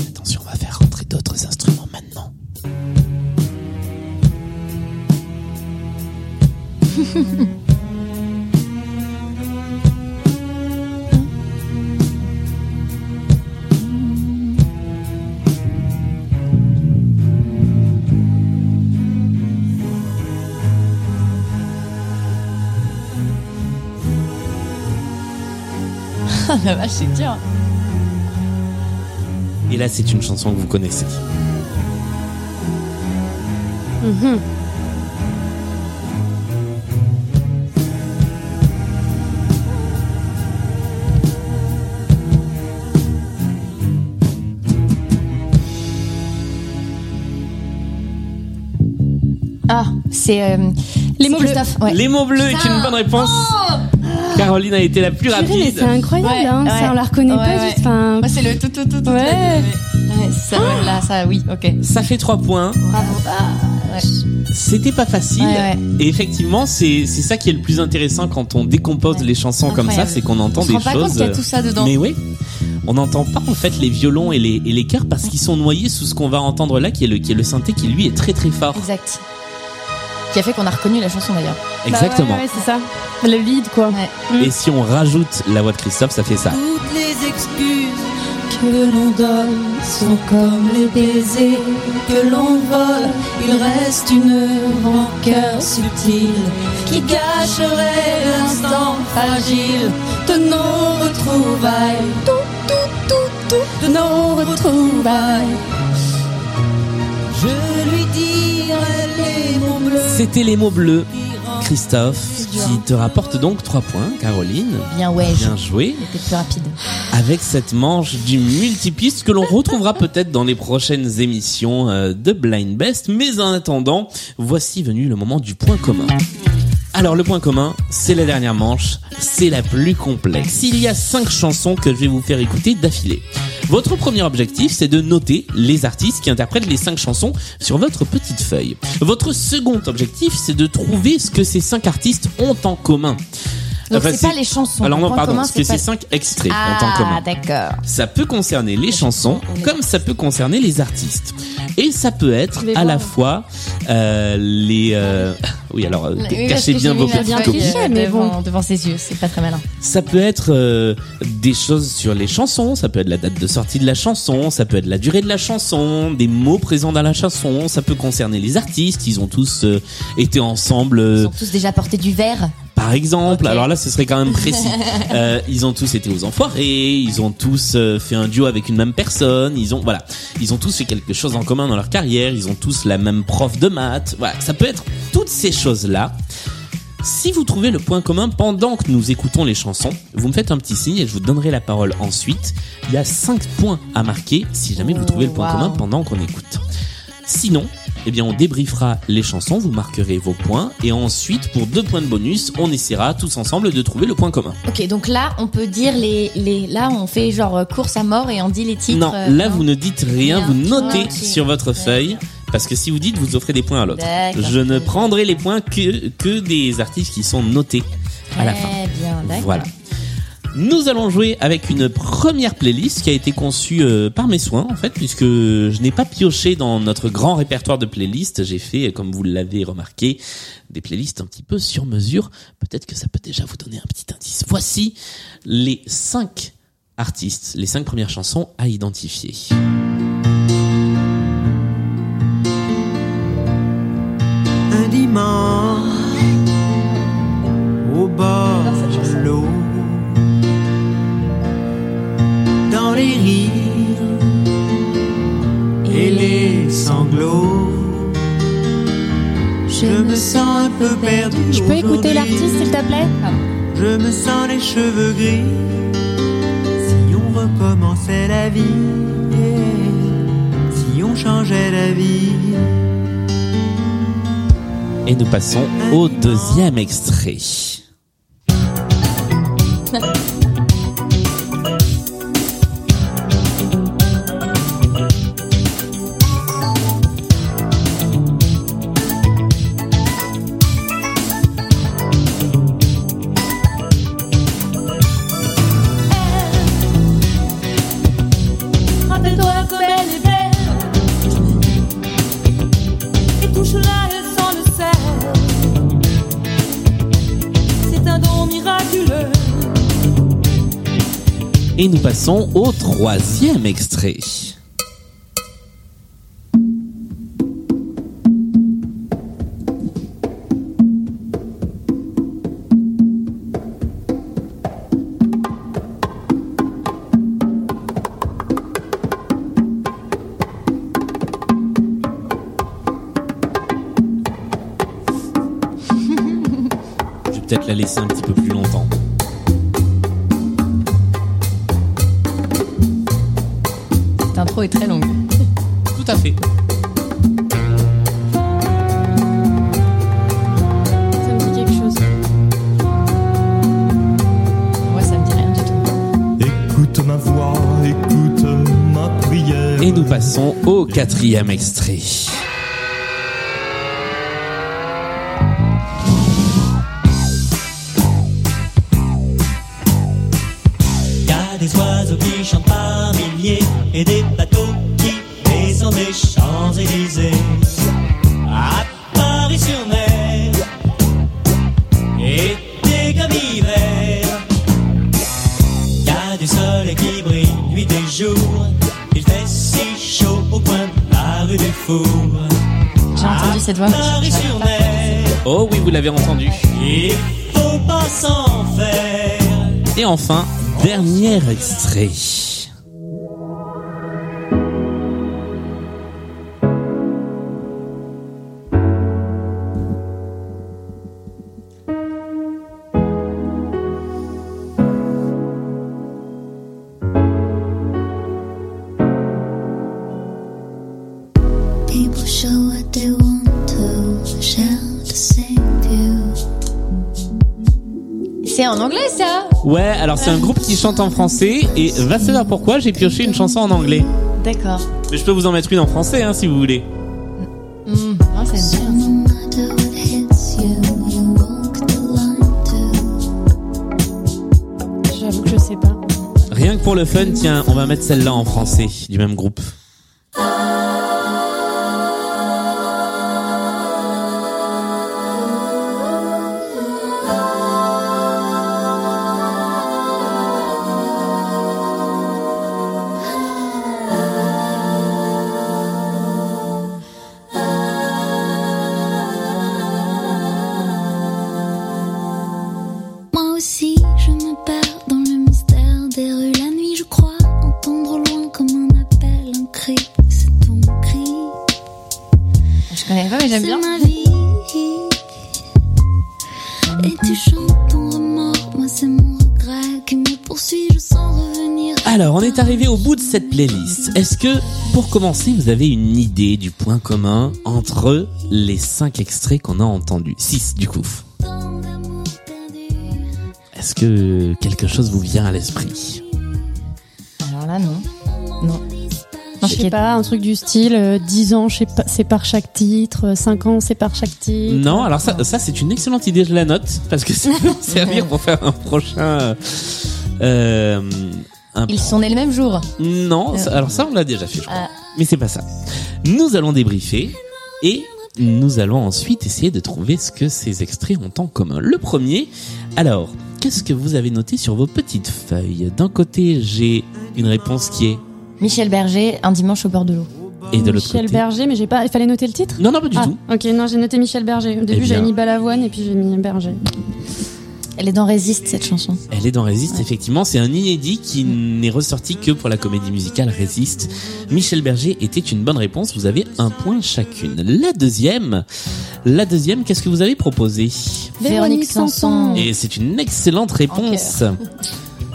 Speaker 2: Attention, on va faire rentrer d'autres instruments maintenant.
Speaker 4: Ah la vache, c'est dur.
Speaker 2: Et là, c'est une chanson que vous connaissez.
Speaker 4: Ah, c'est. euh,
Speaker 3: Les mots bleus.
Speaker 4: Christophe, ouais. Oh
Speaker 2: Les mots bleus est une bonne réponse. Caroline a été la plus
Speaker 3: Purée, mais
Speaker 2: rapide.
Speaker 3: c'est incroyable,
Speaker 4: Ouais,
Speaker 3: hein,
Speaker 4: ouais.
Speaker 3: ça on la reconnaît
Speaker 4: Ouais,
Speaker 3: pas
Speaker 4: ouais. Bah
Speaker 3: juste. Enfin,
Speaker 4: Moi, Ah, c'est le tout, tout, tout, tout.
Speaker 3: Ouais.
Speaker 4: Ouais, ça, là, ça, oui, ok.
Speaker 2: Ça fait trois points.
Speaker 4: Bravo. Ah, ouais.
Speaker 2: C'était pas facile.
Speaker 4: Ouais,
Speaker 2: Et effectivement, c'est c'est ça qui est le plus intéressant quand on décompose les chansons comme ça,
Speaker 4: Incroyable.
Speaker 2: c'est qu'on entend
Speaker 4: On se
Speaker 2: des
Speaker 4: rend pas
Speaker 2: choses. euh,
Speaker 4: compte qu'il y a tout ça dedans.
Speaker 2: Mais oui. On n'entend pas en fait les violons et les, et les chœurs parce qu'ils sont noyés sous ce qu'on va entendre là, qui est le qui est le synthé qui lui est très très fort.
Speaker 4: Exact. Qui a fait qu'on a reconnu la chanson d'ailleurs.
Speaker 2: Exactement.
Speaker 3: ouais, ouais, c'est ça. Le lead, quoi.
Speaker 2: Et si on rajoute la voix de Christophe, ça fait ça.
Speaker 5: Toutes les excuses que l'on donne sont comme les baisers que l'on vole. Il reste une rancœur subtile qui gâcherait l'instant fragile de nos retrouvailles. Tout, tout, tout, tout de nos retrouvailles. Je lui dirai les mots bleus.
Speaker 2: C'était les mots bleus. Christophe, qui te rapporte donc trois points, Caroline.
Speaker 4: Bien, ouais.
Speaker 2: Bien Ah, joué.
Speaker 4: C'était plus rapide.
Speaker 2: avec cette manche du multipiste que l'on retrouvera peut-être dans les prochaines émissions euh, de Blind Best. Mais en attendant, voici venu le moment du point commun. Alors le point commun, c'est la dernière manche, c'est la plus complexe. Il y a cinq chansons que je vais vous faire écouter d'affilée. Votre premier objectif, c'est de noter les artistes qui interprètent les cinq chansons sur votre petite feuille. Votre second objectif, c'est de trouver ce que ces cinq artistes ont en commun.
Speaker 4: Donc
Speaker 2: Enfin,
Speaker 4: c'est pas les chansons.
Speaker 2: Alors
Speaker 4: Ah, Le
Speaker 2: non,
Speaker 4: point
Speaker 2: pardon,
Speaker 4: commun,
Speaker 2: parce que c'est
Speaker 4: pas-
Speaker 2: cinq extraits en temps commun.
Speaker 4: Ah, d'accord.
Speaker 2: Ça peut concerner les chansons comme ça peut concerner les artistes. Et ça peut être à la fois euh, les... euh, Oui, alors euh,
Speaker 4: Oui, parce
Speaker 2: cachez
Speaker 4: que
Speaker 2: bien
Speaker 4: j'ai
Speaker 2: vos
Speaker 4: mis ma
Speaker 2: petites
Speaker 4: bien
Speaker 2: copies.
Speaker 4: trichée, mais bon, devant ses yeux, c'est pas très malin.
Speaker 2: Ça peut être euh, des choses sur les chansons, ça peut être la date de sortie de la chanson, ça peut être la durée de la chanson, des mots présents dans la chanson, ça peut concerner les artistes, ils ont tous euh, été ensemble, euh,
Speaker 4: Ils ont tous déjà porté du verre.
Speaker 2: par exemple. Alors là, ce serait quand même précis. Euh, ils ont tous été aux enfoirés, ils ont tous euh, fait un duo avec une même personne, ils ont voilà, ils ont tous fait quelque chose en commun dans leur carrière, ils ont tous la même prof de maths. Voilà, ça peut être toutes ces choses-là. Si vous trouvez le point commun pendant que nous écoutons les chansons, vous me faites un petit signe et je vous donnerai la parole ensuite. Il y a 5 points à marquer si jamais vous trouvez le point
Speaker 4: wow.
Speaker 2: commun pendant qu'on écoute. Sinon, eh bien, on débriefera les chansons, vous marquerez vos points et ensuite, pour deux points de bonus, on essaiera tous ensemble de trouver le point commun.
Speaker 4: Ok, donc là, on peut dire les, les. Là, on fait genre euh, course à mort et on dit les titres.
Speaker 2: non,
Speaker 4: euh,
Speaker 2: là, vous ne dites rien,
Speaker 4: Rien.
Speaker 2: vous notez
Speaker 4: Ok.
Speaker 2: sur votre feuille. Parce que si vous dites, vous offrez des points à l'autre.
Speaker 4: D'accord.
Speaker 2: Je ne prendrai les points que, que des artistes qui sont notés à la fin.
Speaker 4: Très Eh bien, d'accord.
Speaker 2: Voilà. Nous allons jouer avec une première playlist qui a été conçue euh, par mes soins en fait, puisque je n'ai pas pioché dans notre grand répertoire de playlists. J'ai fait, euh, comme vous l'avez remarqué, des playlists un petit peu sur mesure. Peut-être que ça peut déjà vous donner un petit indice. Voici les cinq artistes, les cinq premières chansons à identifier.
Speaker 14: un dimanche au bord de l'eau, dans les rires et les sanglots. Je me sens un peu perdu.
Speaker 3: Je peux écouter
Speaker 14: aujourd'hui.
Speaker 3: l'artiste, s'il te plaît
Speaker 14: Je me sens les cheveux gris. Si on recommençait la vie, si on changeait la vie.
Speaker 2: Et nous passons au deuxième extrait.
Speaker 9: Rappelle-toi comme elle est belle Et touche-la, elle sans le sel C'est un don miraculeux
Speaker 2: Et nous passons au troisième extrait. Je vais peut-être la laisser un petit peu plus longtemps.
Speaker 4: Cette intro est très longue.
Speaker 2: Tout à fait.
Speaker 3: Ça me dit quelque chose.
Speaker 4: Moi, ça me dit rien du tout.
Speaker 10: Écoute ma voix, écoute ma prière.
Speaker 2: Et nous passons au quatrième extrait.
Speaker 15: Y a des oiseaux qui chantent par milliers et des bateaux qui descendent les Champs-Élysées. À Paris-sur-Mer et des gamins verts. Y a du soleil qui brille nuit et jour. Il fait si chaud au coin de la rue des Fours.
Speaker 4: J'ai entendu cette voix.
Speaker 15: Paris-sur-Mer,
Speaker 2: Oh oui, vous l'avez entendu.
Speaker 15: il faut pas s'en faire.
Speaker 2: Et enfin, dernier extrait.
Speaker 12: People show what they want to share the same view.
Speaker 4: C'est en anglais, ça
Speaker 2: Ouais, alors c'est un groupe qui chante en français et va savoir pourquoi j'ai pioché une chanson en anglais.
Speaker 4: D'accord.
Speaker 2: Mais je peux vous en mettre une en français hein, si vous voulez.
Speaker 4: Hmm, ah, ça me dit rien.
Speaker 12: No matter what hits you, you walk the line too.
Speaker 2: le fun, tiens, on va mettre celle-là en français, du même groupe.
Speaker 12: Moi aussi, je me perds dans le mystère des rues. La nuit, je crois entendre au loin comme un appel, un cri. C'est ton cri.
Speaker 4: Je connais pas, mais j'aime bien.
Speaker 12: C'est ma vie. Et tu chantes ton remords. Moi, c'est mon regret qui me poursuit. Je sens revenir.
Speaker 4: Ah.
Speaker 2: Alors, on est arrivé au bout de cette playlist. Est-ce que, pour commencer, vous avez une idée du point commun entre les cinq extraits qu'on a entendus Six, du coup. Est-ce que quelque chose vous vient à l'esprit
Speaker 4: Alors là, non. Non.
Speaker 3: Je sais pas, un truc du style euh, 10 ans, je sais pas, c'est par chaque titre, euh, 5 ans, c'est par chaque titre.
Speaker 2: Non, alors ça, ça c'est une excellente idée, je la note, parce que ça peut me servir pour faire un prochain... euh, euh, un-
Speaker 4: Ils sont nés le même jour.
Speaker 2: Non, ça- alors ça on l'a déjà fait, je crois. Mais c'est pas ça. Nous allons débriefer et nous allons ensuite essayer de trouver ce que ces extraits ont en commun. Le premier, alors, qu'est-ce que vous avez noté sur vos petites feuilles D'un côté, j'ai une réponse qui est...
Speaker 4: Michel Berger, un dimanche au bord de l'eau.
Speaker 2: Et de l'autre
Speaker 3: Michel Ah.
Speaker 2: côté...
Speaker 3: Berger, mais j'ai pas. Il fallait noter le titre
Speaker 2: Non, non, pas du tout. Eh
Speaker 3: Ok, non, j'ai noté Michel Berger. Au début,
Speaker 2: bien.
Speaker 3: j'avais mis Balavoine et puis j'ai mis Berger.
Speaker 4: Elle est dans Résiste, cette chanson.
Speaker 2: Elle est dans Résiste, effectivement. C'est un inédit qui n'est ressorti que pour la comédie musicale Résiste. Michel Berger était une bonne réponse. Vous avez un point chacune. La deuxième, la deuxième, qu'est-ce que vous avez proposé
Speaker 4: Véronique Sanson.
Speaker 2: Et c'est une excellente réponse.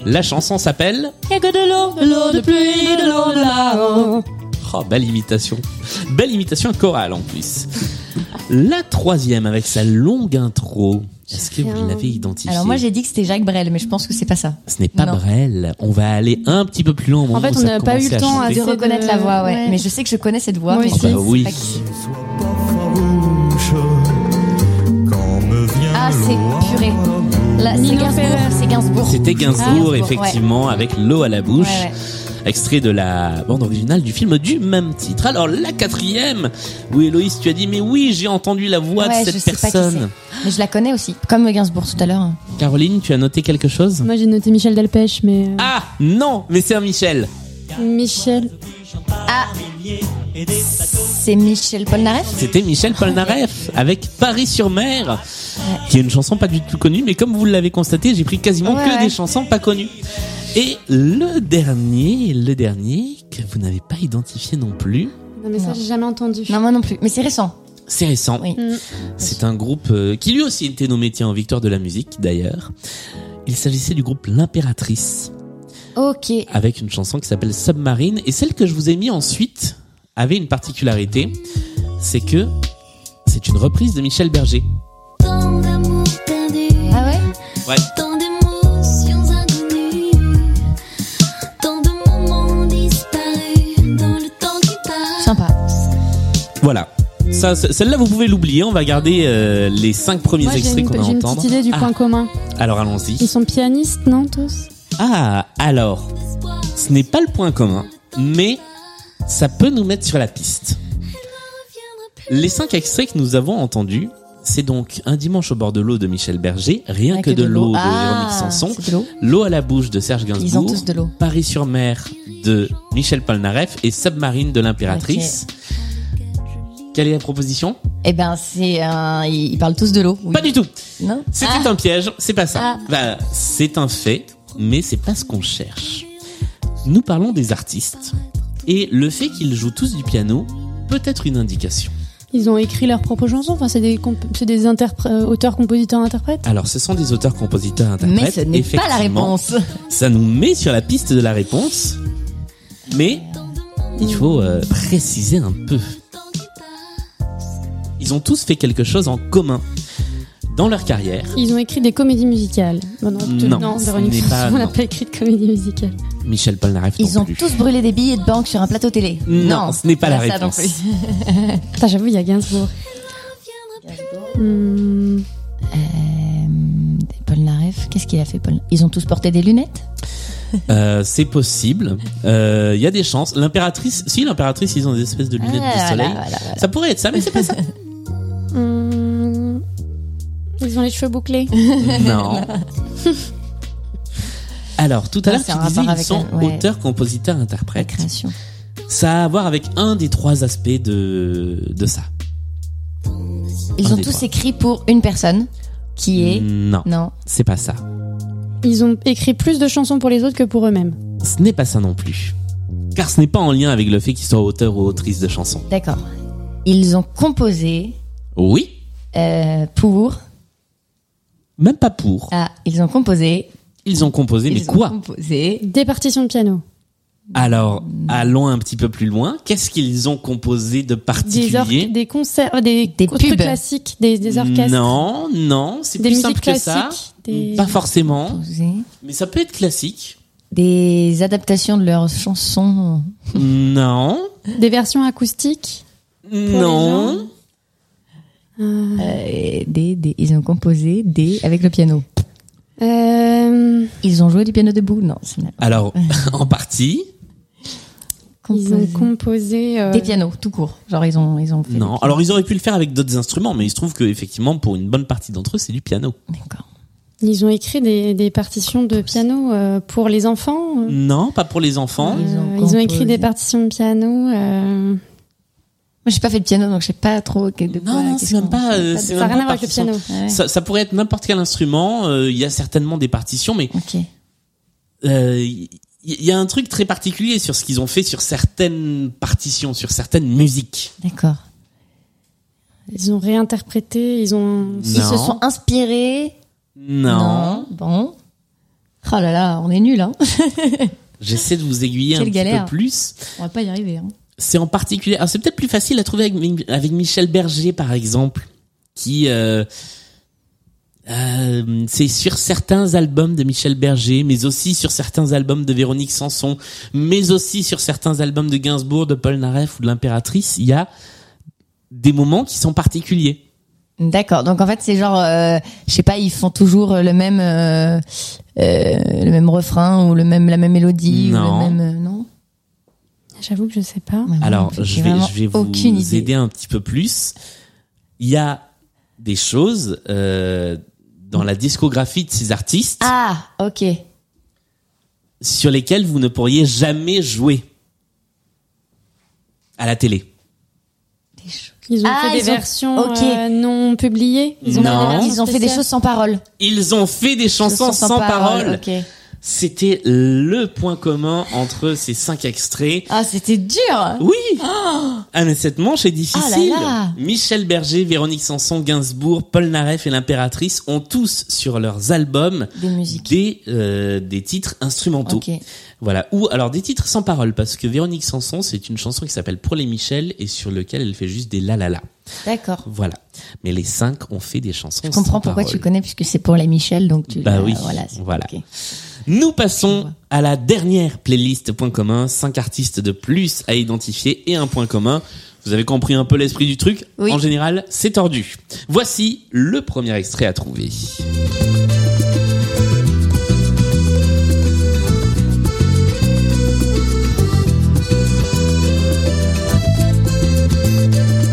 Speaker 2: La chanson s'appelle
Speaker 4: Et que de l'eau, de l'eau de pluie, de l'eau de là-haut.
Speaker 2: Oh, belle imitation. Belle imitation chorale en plus. La troisième avec sa longue intro. Est-ce que vous l'avez identifiée
Speaker 4: Alors moi, j'ai dit que c'était Jacques Brel, mais je pense que c'est pas ça.
Speaker 2: Ce n'est pas
Speaker 4: Non.
Speaker 2: Brel. On va aller un petit peu plus loin. au moment
Speaker 4: fait,
Speaker 2: où ça
Speaker 4: on n'a pas eu
Speaker 2: commençait
Speaker 4: le temps à
Speaker 2: chanter.
Speaker 4: de reconnaître Ah, la voix, ouais.
Speaker 3: Ouais.
Speaker 4: Mais je sais que je connais cette voix.
Speaker 3: Moi
Speaker 4: mais
Speaker 3: aussi.
Speaker 4: je sais
Speaker 2: Ah bah oui.
Speaker 4: pas qui c'est.
Speaker 14: Quand me vient
Speaker 4: Ah, c'est purée. Là, c'est Gainsbourg. C'est Gainsbourg.
Speaker 2: C'était
Speaker 4: Ah,
Speaker 2: Gainsbourg, effectivement, avec l'eau à la bouche.
Speaker 4: Ouais, ouais.
Speaker 2: Extrait de la bande originale du film du même titre. Alors, la quatrième, où Héloïse, tu as dit, mais oui, j'ai entendu la voix
Speaker 4: Ouais,
Speaker 2: de
Speaker 4: je
Speaker 2: cette
Speaker 4: sais pas qui
Speaker 2: personne.
Speaker 4: c'est. Mais je la connais aussi, comme Gainsbourg tout à l'heure.
Speaker 2: Caroline, tu as noté quelque chose
Speaker 3: Moi, j'ai noté Michel Delpech, mais. euh,
Speaker 2: Ah, non, mais c'est un Michel.
Speaker 3: Michel.
Speaker 4: Ah C'est Michel Polnareff
Speaker 2: C'était Michel Polnareff avec Paris sur mer, qui est une chanson pas du tout connue, mais comme vous l'avez constaté, j'ai pris quasiment
Speaker 4: Ouais,
Speaker 2: que
Speaker 4: ouais.
Speaker 2: des chansons pas connues. Et le dernier, le dernier que vous n'avez pas identifié non plus,
Speaker 3: Non, mais ça, j'ai jamais entendu.
Speaker 4: Non, moi non plus. Mais c'est récent.
Speaker 2: c'est récent.
Speaker 4: Oui. Mm.
Speaker 2: C'est un groupe euh, qui lui aussi était nommé tiens en victoire de la musique d'ailleurs. Il s'agissait du groupe L'Impératrice
Speaker 4: Ok.
Speaker 2: avec une chanson qui s'appelle Submarine et celle que je vous ai mis ensuite avait une particularité, c'est que c'est une reprise de Michel Berger.
Speaker 12: Tant d'amour perdu.
Speaker 4: Ah ouais
Speaker 2: Ouais.
Speaker 12: Tant d'émotions inconnues. Tant de moments disparus dans le temps qui passe.
Speaker 4: Sympa.
Speaker 2: Voilà. Ça, c- celle-là vous pouvez l'oublier, on va garder euh, les cinq premiers
Speaker 3: Moi, j'ai
Speaker 2: extraits
Speaker 3: une,
Speaker 2: qu'on va
Speaker 3: j'ai une
Speaker 2: entendre.
Speaker 3: petite idée du
Speaker 2: Ah,
Speaker 3: point commun.
Speaker 2: alors allons-y.
Speaker 3: Ils sont pianistes, non, tous
Speaker 2: Ah, alors, ce n'est pas le point commun, mais ça peut nous mettre sur la piste. Les cinq extraits que nous avons entendus, c'est donc Un dimanche au bord de l'eau de Michel Berger, Rien que, de l'eau de Véronique
Speaker 4: Ah,
Speaker 2: Sanson,
Speaker 4: c'est de l'eau.
Speaker 2: L'eau à la bouche de Serge
Speaker 4: Ils ont
Speaker 2: Gainsbourg,
Speaker 4: tous de l'eau.
Speaker 2: Paris sur mer de Michel Polnareff et Submarine de l'impératrice. Quelle est la proposition
Speaker 4: Eh ben, c'est un. Ils ils parlent tous de l'eau. oui.
Speaker 2: Pas du tout.
Speaker 4: Non
Speaker 2: C'était un piège, c'est pas
Speaker 4: Ah.
Speaker 2: ça. Bah, c'est un fait, mais c'est pas ce qu'on cherche. Nous parlons des artistes et le fait qu'ils jouent tous du piano peut être une indication.
Speaker 3: Ils ont écrit leurs propres chansons. Enfin, c'est des, comp- c'est des interpr- euh, auteurs, compositeurs, interprètes.
Speaker 2: Alors, ce sont des auteurs, compositeurs, interprètes.
Speaker 4: Mais ce n'est pas la
Speaker 2: Bah, Effectivement,
Speaker 4: réponse.
Speaker 2: Ça nous met sur la piste de la réponse, mais il faut euh, préciser un peu. Ils ont tous fait quelque chose en commun dans leur carrière.
Speaker 3: Ils ont écrit des comédies musicales. Non, non, tout-
Speaker 2: Non,
Speaker 3: non
Speaker 2: ce
Speaker 3: Véronique
Speaker 2: n'est pas-
Speaker 3: Sanson n'a
Speaker 2: non.
Speaker 3: pas écrit de comédie musicale.
Speaker 2: Michel Polnareff
Speaker 4: Ils
Speaker 2: non
Speaker 4: ont
Speaker 2: plus.
Speaker 4: tous brûlé des billets de banque sur un plateau télé.
Speaker 2: Non, ce n'est pas la
Speaker 4: ça non
Speaker 2: réponse.
Speaker 4: plus.
Speaker 3: Putain, j'avoue, il y a Gainsbourg. Hmm.
Speaker 4: Euh, Paul Naref, qu'est-ce qu'il a fait, Paul Ils ont tous porté des lunettes
Speaker 2: Euh, c'est possible. Euh, Il y a des chances. L'impératrice, si l'impératrice, ils ont des espèces de lunettes
Speaker 3: Ah,
Speaker 2: de
Speaker 3: voilà,
Speaker 2: soleil.
Speaker 3: voilà, voilà.
Speaker 2: Ça pourrait être ça, mais c'est pas ça.
Speaker 3: Hum, Ils ont les cheveux bouclés.
Speaker 2: Non. Alors, tout à
Speaker 4: Ouais,
Speaker 2: l'heure,
Speaker 4: c'est
Speaker 2: tu
Speaker 4: un
Speaker 2: disais
Speaker 4: rapport
Speaker 2: ils
Speaker 4: avec
Speaker 2: sont
Speaker 4: la- ouais.
Speaker 2: auteurs, compositeurs, interprètes.
Speaker 4: création.
Speaker 2: Ça a à voir avec un des trois aspects de, de ça.
Speaker 4: Ils
Speaker 2: Un
Speaker 4: ont
Speaker 2: des
Speaker 4: tous
Speaker 2: trois.
Speaker 4: écrit pour une personne qui est.
Speaker 2: Non.
Speaker 4: Non.
Speaker 2: C'est pas ça.
Speaker 3: Ils ont écrit plus de chansons pour les autres que pour eux-mêmes.
Speaker 2: Ce n'est pas ça non plus. Car ce n'est pas en lien avec le fait qu'ils soient auteurs ou autrices de chansons.
Speaker 4: D'accord. Ils ont composé
Speaker 2: Oui,
Speaker 4: euh, pour.
Speaker 2: même pas pour.
Speaker 4: Ah, ils ont composé.
Speaker 2: Ils ont composé, mais
Speaker 4: ils ont
Speaker 2: quoi
Speaker 4: composé.
Speaker 3: Des partitions de piano.
Speaker 2: Alors, allons un petit peu plus loin. Qu'est-ce qu'ils ont composé de
Speaker 3: Des, or-
Speaker 2: particulier
Speaker 3: des concerts, euh, des, trucs classiques, des, des orchestres.
Speaker 2: Non, non, c'est
Speaker 3: Des
Speaker 2: plus
Speaker 3: musiques
Speaker 2: simple que ça.
Speaker 3: classiques, des-
Speaker 2: Pas forcément. Mais ça peut être classique.
Speaker 4: Des adaptations de leurs chansons.
Speaker 2: Non.
Speaker 3: Des versions acoustiques.
Speaker 2: Non.
Speaker 4: Euh, des, des- ils ont composé des avec le piano.
Speaker 3: Euh,
Speaker 4: Ils ont joué du piano debout Non, ça n'a-
Speaker 2: Alors, en partie.
Speaker 3: Ils ont composé. euh,
Speaker 4: Des pianos, tout court. Genre, ils ont, ils ont fait.
Speaker 2: Non. Alors, ils auraient pu le faire avec d'autres instruments, mais il se trouve que effectivement, pour une bonne partie d'entre eux, c'est du piano.
Speaker 3: Ils ont écrit des, des partitions de piano euh, pour les enfants. euh,
Speaker 2: Non, pas pour les enfants.
Speaker 3: euh, ils ont écrit des partitions de piano. euh,
Speaker 4: Moi, j'ai pas fait de piano, donc je sais pas trop de quoi.
Speaker 2: Non, non,
Speaker 4: qu'est-ce
Speaker 2: c'est même
Speaker 4: qu'on-
Speaker 2: pas. euh,
Speaker 4: de-
Speaker 2: c'est
Speaker 3: ça
Speaker 2: même
Speaker 3: a rien
Speaker 2: pas
Speaker 3: à voir avec le
Speaker 2: partition.
Speaker 3: piano. Ouais.
Speaker 2: Ça, ça pourrait être n'importe quel instrument. euh, Il y a certainement des partitions, mais euh, il y, y a un truc très particulier sur ce qu'ils ont fait sur certaines partitions, sur certaines musiques.
Speaker 4: D'accord.
Speaker 3: Ils ont réinterprété. Ils ont.
Speaker 2: Ils Non. se sont
Speaker 4: inspirés.
Speaker 2: Non.
Speaker 4: Bon. Oh là là, on est nuls, hein.
Speaker 2: J'essaie de vous aiguiller un
Speaker 4: Quelle
Speaker 2: petit
Speaker 4: galère.
Speaker 2: peu plus.
Speaker 4: on va pas y arriver, hein.
Speaker 2: C'est en particulier. Alors c'est peut-être plus facile à trouver avec, avec Michel Berger, par exemple, qui. euh, euh, c'est sur certains albums de Michel Berger, mais aussi sur certains albums de Véronique Sanson, mais aussi sur certains albums de Gainsbourg, de Paul Naref ou de l'Impératrice, il y a des moments qui sont particuliers.
Speaker 4: D'accord. Donc en fait, c'est genre, euh, je sais pas, ils font toujours le même, euh, euh, le même refrain ou le même, la même mélodie
Speaker 2: Non.
Speaker 4: ou le même, euh, non
Speaker 3: J'avoue que je sais pas.
Speaker 2: Alors, je
Speaker 4: Ah, j'ai
Speaker 2: vais,
Speaker 4: vraiment
Speaker 2: je vais
Speaker 4: aucune
Speaker 2: vous
Speaker 4: idée.
Speaker 2: aider un petit peu plus. Il y a des choses euh, dans la discographie de ces artistes
Speaker 4: Ah, ok.
Speaker 2: sur lesquelles vous ne pourriez jamais jouer à la télé.
Speaker 3: Ils ont
Speaker 4: Ah,
Speaker 3: fait des
Speaker 4: ils ont-
Speaker 3: versions
Speaker 4: ok.
Speaker 3: euh, non publiées. Ils ont,
Speaker 2: Non.
Speaker 3: versions
Speaker 4: Ils ont fait des
Speaker 3: spéciales.
Speaker 4: choses sans parole.
Speaker 2: Ils ont fait des chansons sans, parole.
Speaker 4: Ok.
Speaker 2: C'était le point commun entre ces cinq extraits.
Speaker 4: Ah, c'était dur.
Speaker 2: Oui.
Speaker 4: Oh
Speaker 2: Ah mais cette manche est difficile.
Speaker 4: Ah là là.
Speaker 2: Michel Berger, Véronique Sanson, Gainsbourg, Paul Naref et l'impératrice ont tous sur leurs albums
Speaker 4: des musiques,
Speaker 2: des, euh, des titres instrumentaux.
Speaker 4: Ok.
Speaker 2: Voilà. Ou alors des titres sans parole parce que Véronique Sanson c'est une chanson qui s'appelle Pour les Michel et sur lequel elle fait juste des la la la.
Speaker 4: D'accord.
Speaker 2: Voilà. Mais les cinq ont fait des chansons.
Speaker 4: Je comprends
Speaker 2: sans
Speaker 4: pourquoi
Speaker 2: parole.
Speaker 4: tu connais puisque c'est pour les Michel, donc tu.
Speaker 2: Bah
Speaker 4: euh,
Speaker 2: oui,
Speaker 4: Voilà.
Speaker 2: voilà. Nous passons à la dernière playlist point commun, cinq artistes de plus à identifier et un point commun. Vous avez compris un peu l'esprit du truc
Speaker 4: Oui.
Speaker 2: En général, c'est tordu. Voici le premier extrait à trouver.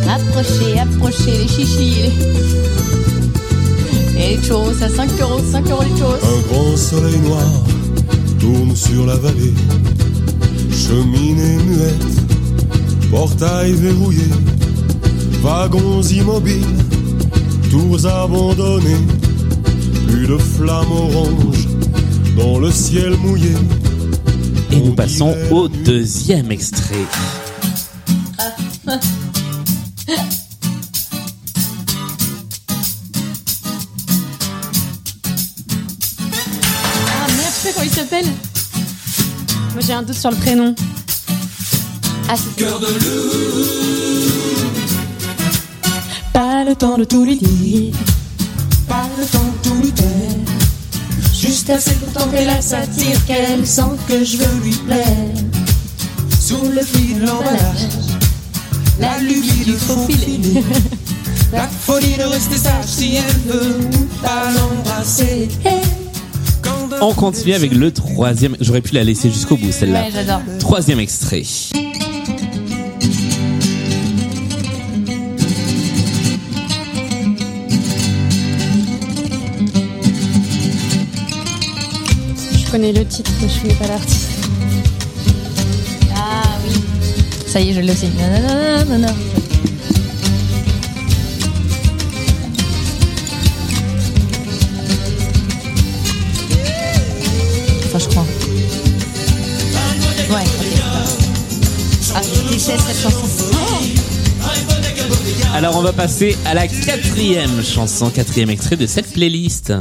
Speaker 4: Approchez, approchez les chichis. les- Et les churros, à 5 euros, 5 euros les churros.
Speaker 16: Un grand soleil noir tourne sur la vallée, cheminée muette, portail verrouillé, wagons immobiles, tours abandonnées, plus de flammes oranges dans le ciel mouillé.
Speaker 2: Et nous passons au deuxième extrait.
Speaker 3: Ah merde, je sais comment il s'appelle. Moi j'ai un doute sur le prénom.
Speaker 4: Ah, c'est
Speaker 3: Cœur de
Speaker 5: Pas le temps de tout lui dire, pas le temps de tout lui dire. Juste assez pour tenter la satire qu'elle sent que je veux lui plaire. Sous le fil de l'emballage, la lubie du faux filet. La folie de rester sage si elle veut ou pas l'embrasser. Quand
Speaker 2: On continue avec le troisième. J'aurais pu la laisser jusqu'au bout, celle-là.
Speaker 4: Ouais, j'adore.
Speaker 2: Troisième extrait.
Speaker 3: Je connais le titre, mais je connais pas l'artiste.
Speaker 4: Ah oui. Ça y est, je le sais. Nanana, nanana. Enfin, je crois. Ouais, ok. Ah, je déteste cette chanson.
Speaker 2: Alors on va passer à la quatrième chanson, quatrième extrait de cette playlist.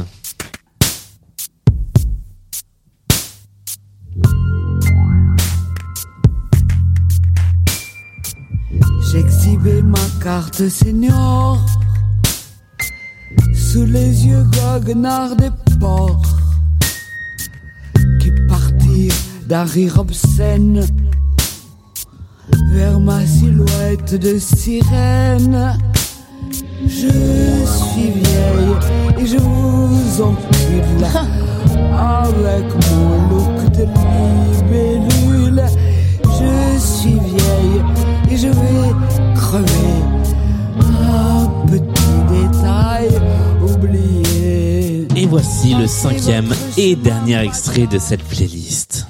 Speaker 17: J'exhibais ma carte senior sous les yeux goguenards des porcs qui partirent d'un rire obscène vers ma silhouette de sirène. Je suis vieille et je vous encule avec mon look de libellule. Je suis vieille et je vais crever. Un petit détail oublié.
Speaker 2: Et voici le cinquième et dernier extrait de cette playlist.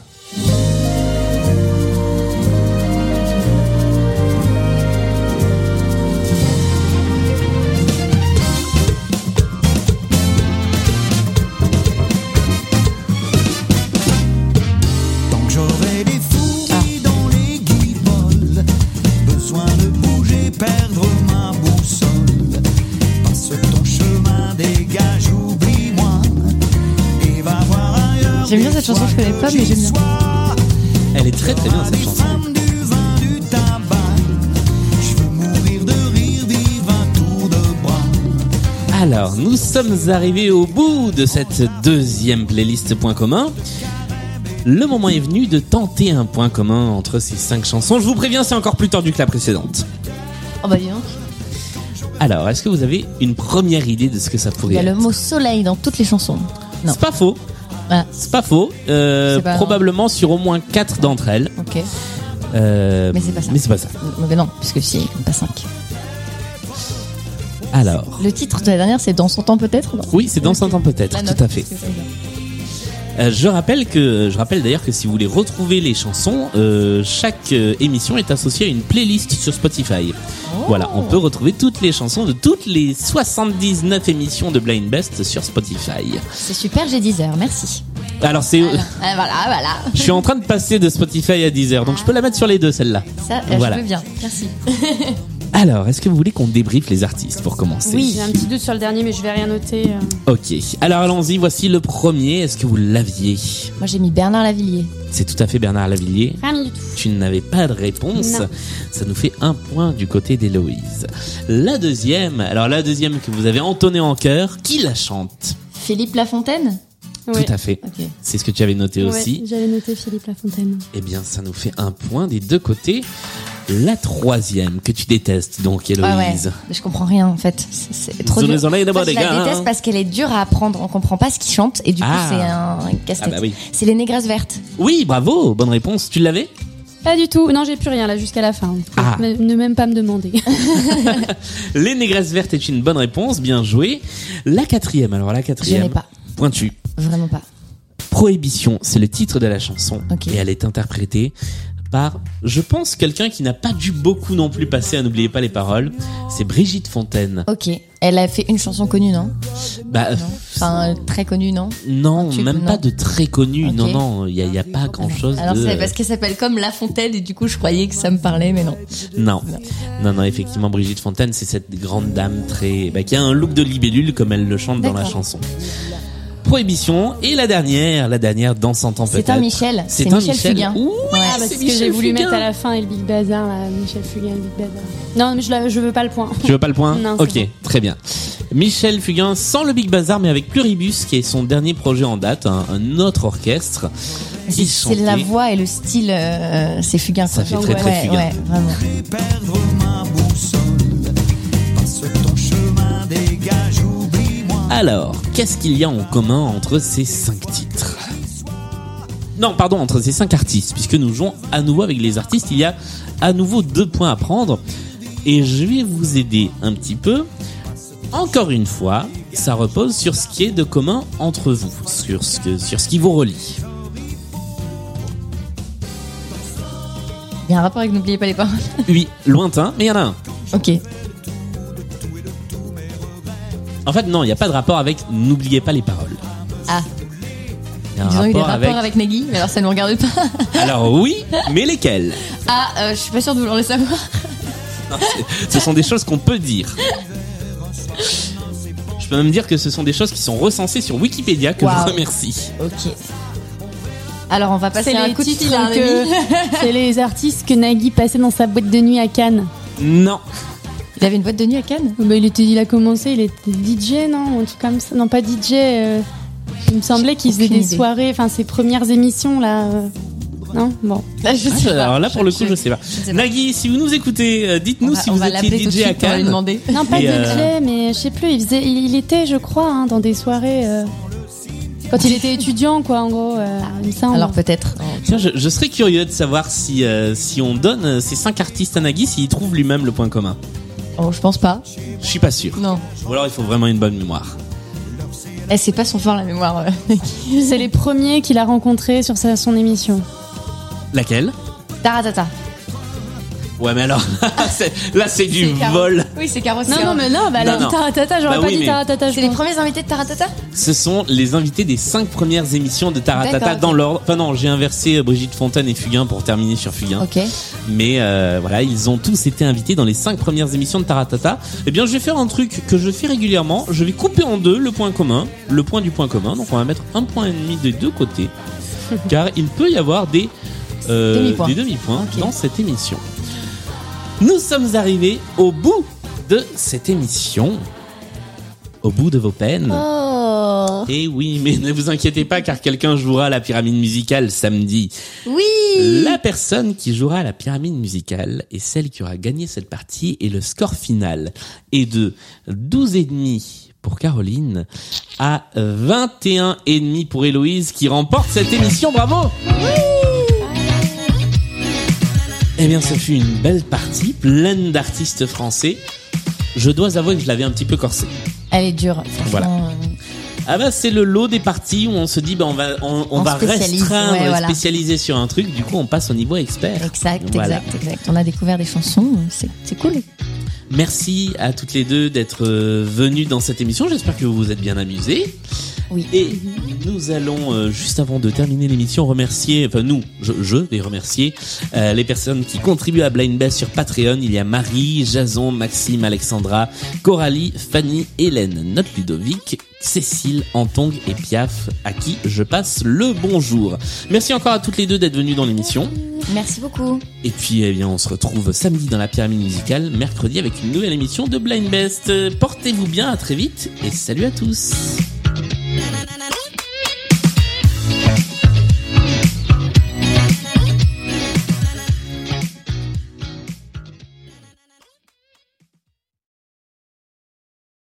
Speaker 6: Tant que j'aurai des fourmis dans les guiboles, besoin de bouger, perdre ma boussole. Passe ton chemin, dégage, oublie-moi et va voir ailleurs.
Speaker 4: J'aime bien cette chanson, je connais pas, mais j'aime bien.
Speaker 2: Elle est très très bien cette chanson. Alors, nous sommes arrivés au bout de cette deuxième playlist point commun. Le moment est venu de tenter un point commun entre ces cinq chansons. Je vous préviens, c'est encore plus tordu que la précédente.
Speaker 4: Oh bah dis donc.
Speaker 2: Alors, est-ce que vous avez une première idée de ce que ça
Speaker 4: Il
Speaker 2: pourrait
Speaker 4: y a
Speaker 2: être
Speaker 4: Bah, le mot soleil dans toutes les chansons. Non.
Speaker 2: C'est pas faux.
Speaker 4: Ah,
Speaker 2: C'est pas faux. Euh,
Speaker 4: C'est pas-
Speaker 2: probablement sur au moins quatre d'entre elles.
Speaker 4: ok.
Speaker 2: Euh,
Speaker 4: Mais c'est pas ça.
Speaker 2: Mais c'est pas ça.
Speaker 4: Mais non, puisque si, pas 5.
Speaker 2: Alors.
Speaker 4: Le titre de la dernière, c'est Dans son temps peut-être non
Speaker 2: Oui, c'est dans un temps peut-être,
Speaker 4: La note,
Speaker 2: tout à fait.
Speaker 4: c'est ce que je veux dire.
Speaker 2: Euh, je rappelle que, je rappelle d'ailleurs que si vous voulez retrouver les chansons, euh, chaque euh, émission est associée à une playlist sur Spotify.
Speaker 3: Oh.
Speaker 2: Voilà, on peut retrouver toutes les chansons de toutes les 79 émissions de Blind Best sur Spotify.
Speaker 4: C'est super, j'ai 10 heures, merci.
Speaker 2: Alors c'est,
Speaker 4: Ah, voilà, voilà.
Speaker 2: je suis en train de passer de Spotify à Deezer, donc je peux la mettre sur les deux celle-là.
Speaker 4: Ça, euh,
Speaker 2: voilà.
Speaker 4: je veux bien, merci.
Speaker 2: Alors, est-ce que vous voulez qu'on débriefe les artistes pour commencer
Speaker 3: J'ai un petit doute sur le dernier, mais je vais rien noter. euh.
Speaker 2: Ok. Alors allons-y. Voici le premier. Est-ce que vous l'aviez
Speaker 4: Moi, j'ai mis Bernard Lavillier.
Speaker 2: C'est tout à fait Bernard Lavillier.
Speaker 3: Rien du tout.
Speaker 2: Tu n'avais pas de réponse.
Speaker 4: Non.
Speaker 2: Ça nous fait un point du côté d'Héloïse. La deuxième, alors la deuxième que vous avez entonnée en chœur, qui la chante
Speaker 4: Philippe Lafontaine
Speaker 2: Tout à fait.
Speaker 4: Ok.
Speaker 2: C'est ce que tu avais noté
Speaker 3: Ouais,
Speaker 2: aussi.
Speaker 3: J'allais noter Philippe Lafontaine.
Speaker 2: Eh bien, ça nous fait un point des deux côtés. La troisième que tu détestes, donc Héloïse.
Speaker 4: Ah ouais, mais je comprends rien en fait. C'est- C'est trop
Speaker 2: Désolé,
Speaker 4: dur.
Speaker 2: désolé, d'abord,
Speaker 4: En fait, je
Speaker 2: les gars,
Speaker 4: la déteste
Speaker 2: hein.
Speaker 4: parce qu'elle est dure à apprendre. On comprend pas ce qu'ils chantent et du coup
Speaker 2: Ah.
Speaker 4: c'est un casse-tête.
Speaker 2: Ah bah oui.
Speaker 4: C'est les négresses vertes.
Speaker 2: Oui, bravo, bonne réponse. Tu l'avais
Speaker 3: Pas du tout. Non, j'ai plus rien là jusqu'à la fin.
Speaker 2: Ah.
Speaker 3: Ne- Ne même pas me demander.
Speaker 2: Les négresses vertes est une bonne réponse, bien joué. La quatrième, alors la quatrième.
Speaker 4: Je l'ai pas.
Speaker 2: Pointu.
Speaker 4: Vraiment pas.
Speaker 2: Prohibition, c'est le titre de la chanson.
Speaker 4: Ok.
Speaker 2: Et elle est interprétée par, je pense, quelqu'un qui n'a pas dû beaucoup non plus passer à N'oubliez pas les paroles. C'est Brigitte Fontaine.
Speaker 4: Ok. Elle a fait une chanson connue, non
Speaker 2: Bah,
Speaker 4: Enfin, euh, très connue, non
Speaker 2: non,
Speaker 4: tu-
Speaker 2: même
Speaker 4: non.
Speaker 2: pas de très connu.
Speaker 4: Ok.
Speaker 2: Non, non, il n'y a, il y a pas grand chose
Speaker 4: Alors
Speaker 2: de.
Speaker 4: c'est parce qu'elle s'appelle comme La Fontaine et du coup je croyais que ça me parlait, mais non.
Speaker 2: Non. Non, non, effectivement, Brigitte Fontaine, c'est cette grande dame très. bah, qui a un look de libellule comme elle le chante dans la
Speaker 4: D'accord.
Speaker 2: chanson. Prohibition. Et la dernière, la dernière, dans 100 ans peut-être.
Speaker 4: C'est un Michel.
Speaker 2: C'est
Speaker 4: C'est
Speaker 2: un
Speaker 4: Michel
Speaker 2: Michel.
Speaker 4: Fugain.
Speaker 2: Ouh,
Speaker 4: Ouais.
Speaker 3: Ah, bah,
Speaker 2: c'est
Speaker 3: c'est ce que
Speaker 2: Michel
Speaker 3: j'ai voulu
Speaker 2: Fugain.
Speaker 3: mettre à la fin et le Big Bazar, là, Michel Fugain, le Big Bazar. Non, mais je, la- je veux pas le point.
Speaker 2: Tu veux pas le point
Speaker 3: Non, c'est
Speaker 2: Ok, très bien. Michel Fugain, sans le Big Bazar, mais avec Pluribus, qui est son dernier projet en date, un, un autre orchestre. qui
Speaker 4: C'est
Speaker 2: chantait-
Speaker 4: la voix et le style, euh, c'est fugain.
Speaker 2: Ça
Speaker 4: quoi.
Speaker 2: fait très,
Speaker 4: ouais,
Speaker 2: très fugain.
Speaker 4: Ouais, vraiment.
Speaker 6: Perdre ma boussole, passe ton chemin, dégage, oublie-moi.
Speaker 2: Alors, qu'est-ce qu'il y a en commun entre ces cinq titres non, pardon, entre ces cinq artistes, puisque nous jouons à nouveau avec les artistes, il y a à nouveau deux points à prendre. Et je vais vous aider un petit peu. Encore une fois, ça repose sur ce qui est de commun entre vous, sur ce, que, sur ce qui vous relie.
Speaker 4: Il y a un rapport avec N'oubliez pas les paroles.
Speaker 2: Oui, lointain, mais il y en a un.
Speaker 4: Ok.
Speaker 2: En fait, non, il n'y a pas de rapport avec N'oubliez pas les paroles.
Speaker 4: Ah,
Speaker 2: Il y a un
Speaker 4: ils ont eu des
Speaker 2: rapport
Speaker 4: rapports avec, Nagui, mais alors ça ne nous regarde pas.
Speaker 2: Alors oui, mais lesquels
Speaker 4: Ah, euh, je suis pas sûre de vouloir le savoir.
Speaker 2: Ce sont des choses qu'on peut dire. Je peux même dire que ce sont des choses qui sont recensées sur Wikipédia, que je
Speaker 4: Waouh.
Speaker 2: vous remercie.
Speaker 4: Ok. Alors on va passer
Speaker 3: C'est
Speaker 4: à un
Speaker 3: les
Speaker 4: coup de
Speaker 3: titres
Speaker 4: fil à un
Speaker 3: que-
Speaker 4: ami.
Speaker 3: c'est les artistes que Nagui passait dans sa boîte de nuit à Cannes.
Speaker 2: Non.
Speaker 4: Il avait une boîte de nuit à Cannes
Speaker 3: Bah, il, était, il a commencé, il était DJ, non Un truc comme ça. Non, pas DJ. euh, il me semblait qu'il faisait
Speaker 4: aucune
Speaker 3: des
Speaker 4: idée.
Speaker 3: soirées, enfin ses premières émissions là. euh, Non Bon.
Speaker 2: Ah, Alors là, pour le coup, je sais pas. Nagui, si vous nous écoutez, euh, dites-nous si vous étiez DJ
Speaker 4: hein,
Speaker 2: à Cannes.
Speaker 3: Non, pas
Speaker 2: Et,
Speaker 3: DJ,
Speaker 2: euh,
Speaker 3: mais je sais plus. Il, faisait, il, il était, je crois, hein, dans des soirées. euh, Quand il était étudiant, quoi, en gros. euh, il me semble.
Speaker 4: Alors peut-être.
Speaker 2: Tiens, je, je serais curieux de savoir si, euh, si on donne euh, ces cinq artistes à Nagui, s'il trouve lui-même le point commun.
Speaker 4: Oh, je pense pas.
Speaker 2: Je suis pas sûr.
Speaker 4: Non.
Speaker 2: Ou alors il faut vraiment une bonne mémoire.
Speaker 4: Eh, c'est pas son fort la mémoire. euh.
Speaker 3: C'est les premiers qu'il a rencontrés sur sa, son émission.
Speaker 2: Laquelle
Speaker 4: Taratata.
Speaker 2: Ouais, mais alors, c'est- là c'est du
Speaker 4: C'est Caro.
Speaker 2: vol.
Speaker 4: Oui, c'est Caro.
Speaker 3: Non, non, mais non, bah, elle a
Speaker 2: Non,
Speaker 3: dit
Speaker 2: non.
Speaker 3: Taratata, j'aurais
Speaker 2: Bah
Speaker 3: pas
Speaker 2: oui,
Speaker 3: dit
Speaker 2: mais-
Speaker 3: Taratata.
Speaker 4: C'est les premiers invités de Taratata
Speaker 2: Ce sont les invités des cinq premières émissions de Taratata
Speaker 4: D'accord.
Speaker 2: dans l'ordre. Enfin non, j'ai inversé euh, Brigitte Fontaine et Fugain pour terminer sur Fugain.
Speaker 4: Ok.
Speaker 2: Mais euh, voilà, ils ont tous été invités dans les cinq premières émissions de Taratata. Eh bien, je vais faire un truc que je fais régulièrement. Je vais couper en deux le point commun, le point du point commun. Donc on va mettre un point et demi des deux côtés, car il peut y avoir des euh,
Speaker 4: Demi-points.
Speaker 2: des demi-points dans cette émission. Nous sommes arrivés au bout de cette émission, au bout de vos peines.
Speaker 4: Oh
Speaker 2: Et oui, mais ne vous inquiétez pas car quelqu'un jouera à la pyramide musicale samedi.
Speaker 4: Oui
Speaker 2: La personne qui jouera à la pyramide musicale est celle qui aura gagné cette partie et le score final est de 12,5 pour Caroline à 21,5 pour Héloïse qui remporte cette émission. Bravo Eh bien, ce fut une belle partie pleine d'artistes français. Je dois avouer que je l'avais un petit peu corsé.
Speaker 4: Elle est dure. franchement,
Speaker 2: Voilà.
Speaker 4: euh,
Speaker 2: Ah bah c'est le lot des parties où on se dit bah on va on, on
Speaker 4: On
Speaker 2: va
Speaker 4: spécialise,
Speaker 2: restreindre
Speaker 4: ouais,
Speaker 2: et
Speaker 4: voilà.
Speaker 2: spécialiser sur un truc du coup on passe au niveau expert.
Speaker 4: Exact,
Speaker 2: Voilà.
Speaker 4: exact, exact. On a découvert des chansons, c'est c'est cool.
Speaker 2: Merci à toutes les deux d'être euh, venues dans cette émission. J'espère que vous vous êtes bien amusés.
Speaker 4: Oui.
Speaker 2: Et nous allons euh, juste avant de terminer l'émission remercier, enfin nous, je, je vais remercier euh, les personnes qui contribuent à Blind Best sur Patreon. Il y a Marie, Jason, Maxime, Alexandra, Coralie, Fanny, Hélène, Note Ludovic, Cécile, Antong et Piaf, à qui je passe le bonjour. Merci encore à toutes les deux d'être venues dans l'émission.
Speaker 4: Merci beaucoup.
Speaker 2: Et puis, eh bien, on se retrouve samedi dans la pyramide musicale, mercredi avec une nouvelle émission de Blind Best. Euh, Portez-vous bien, à très vite et salut à tous.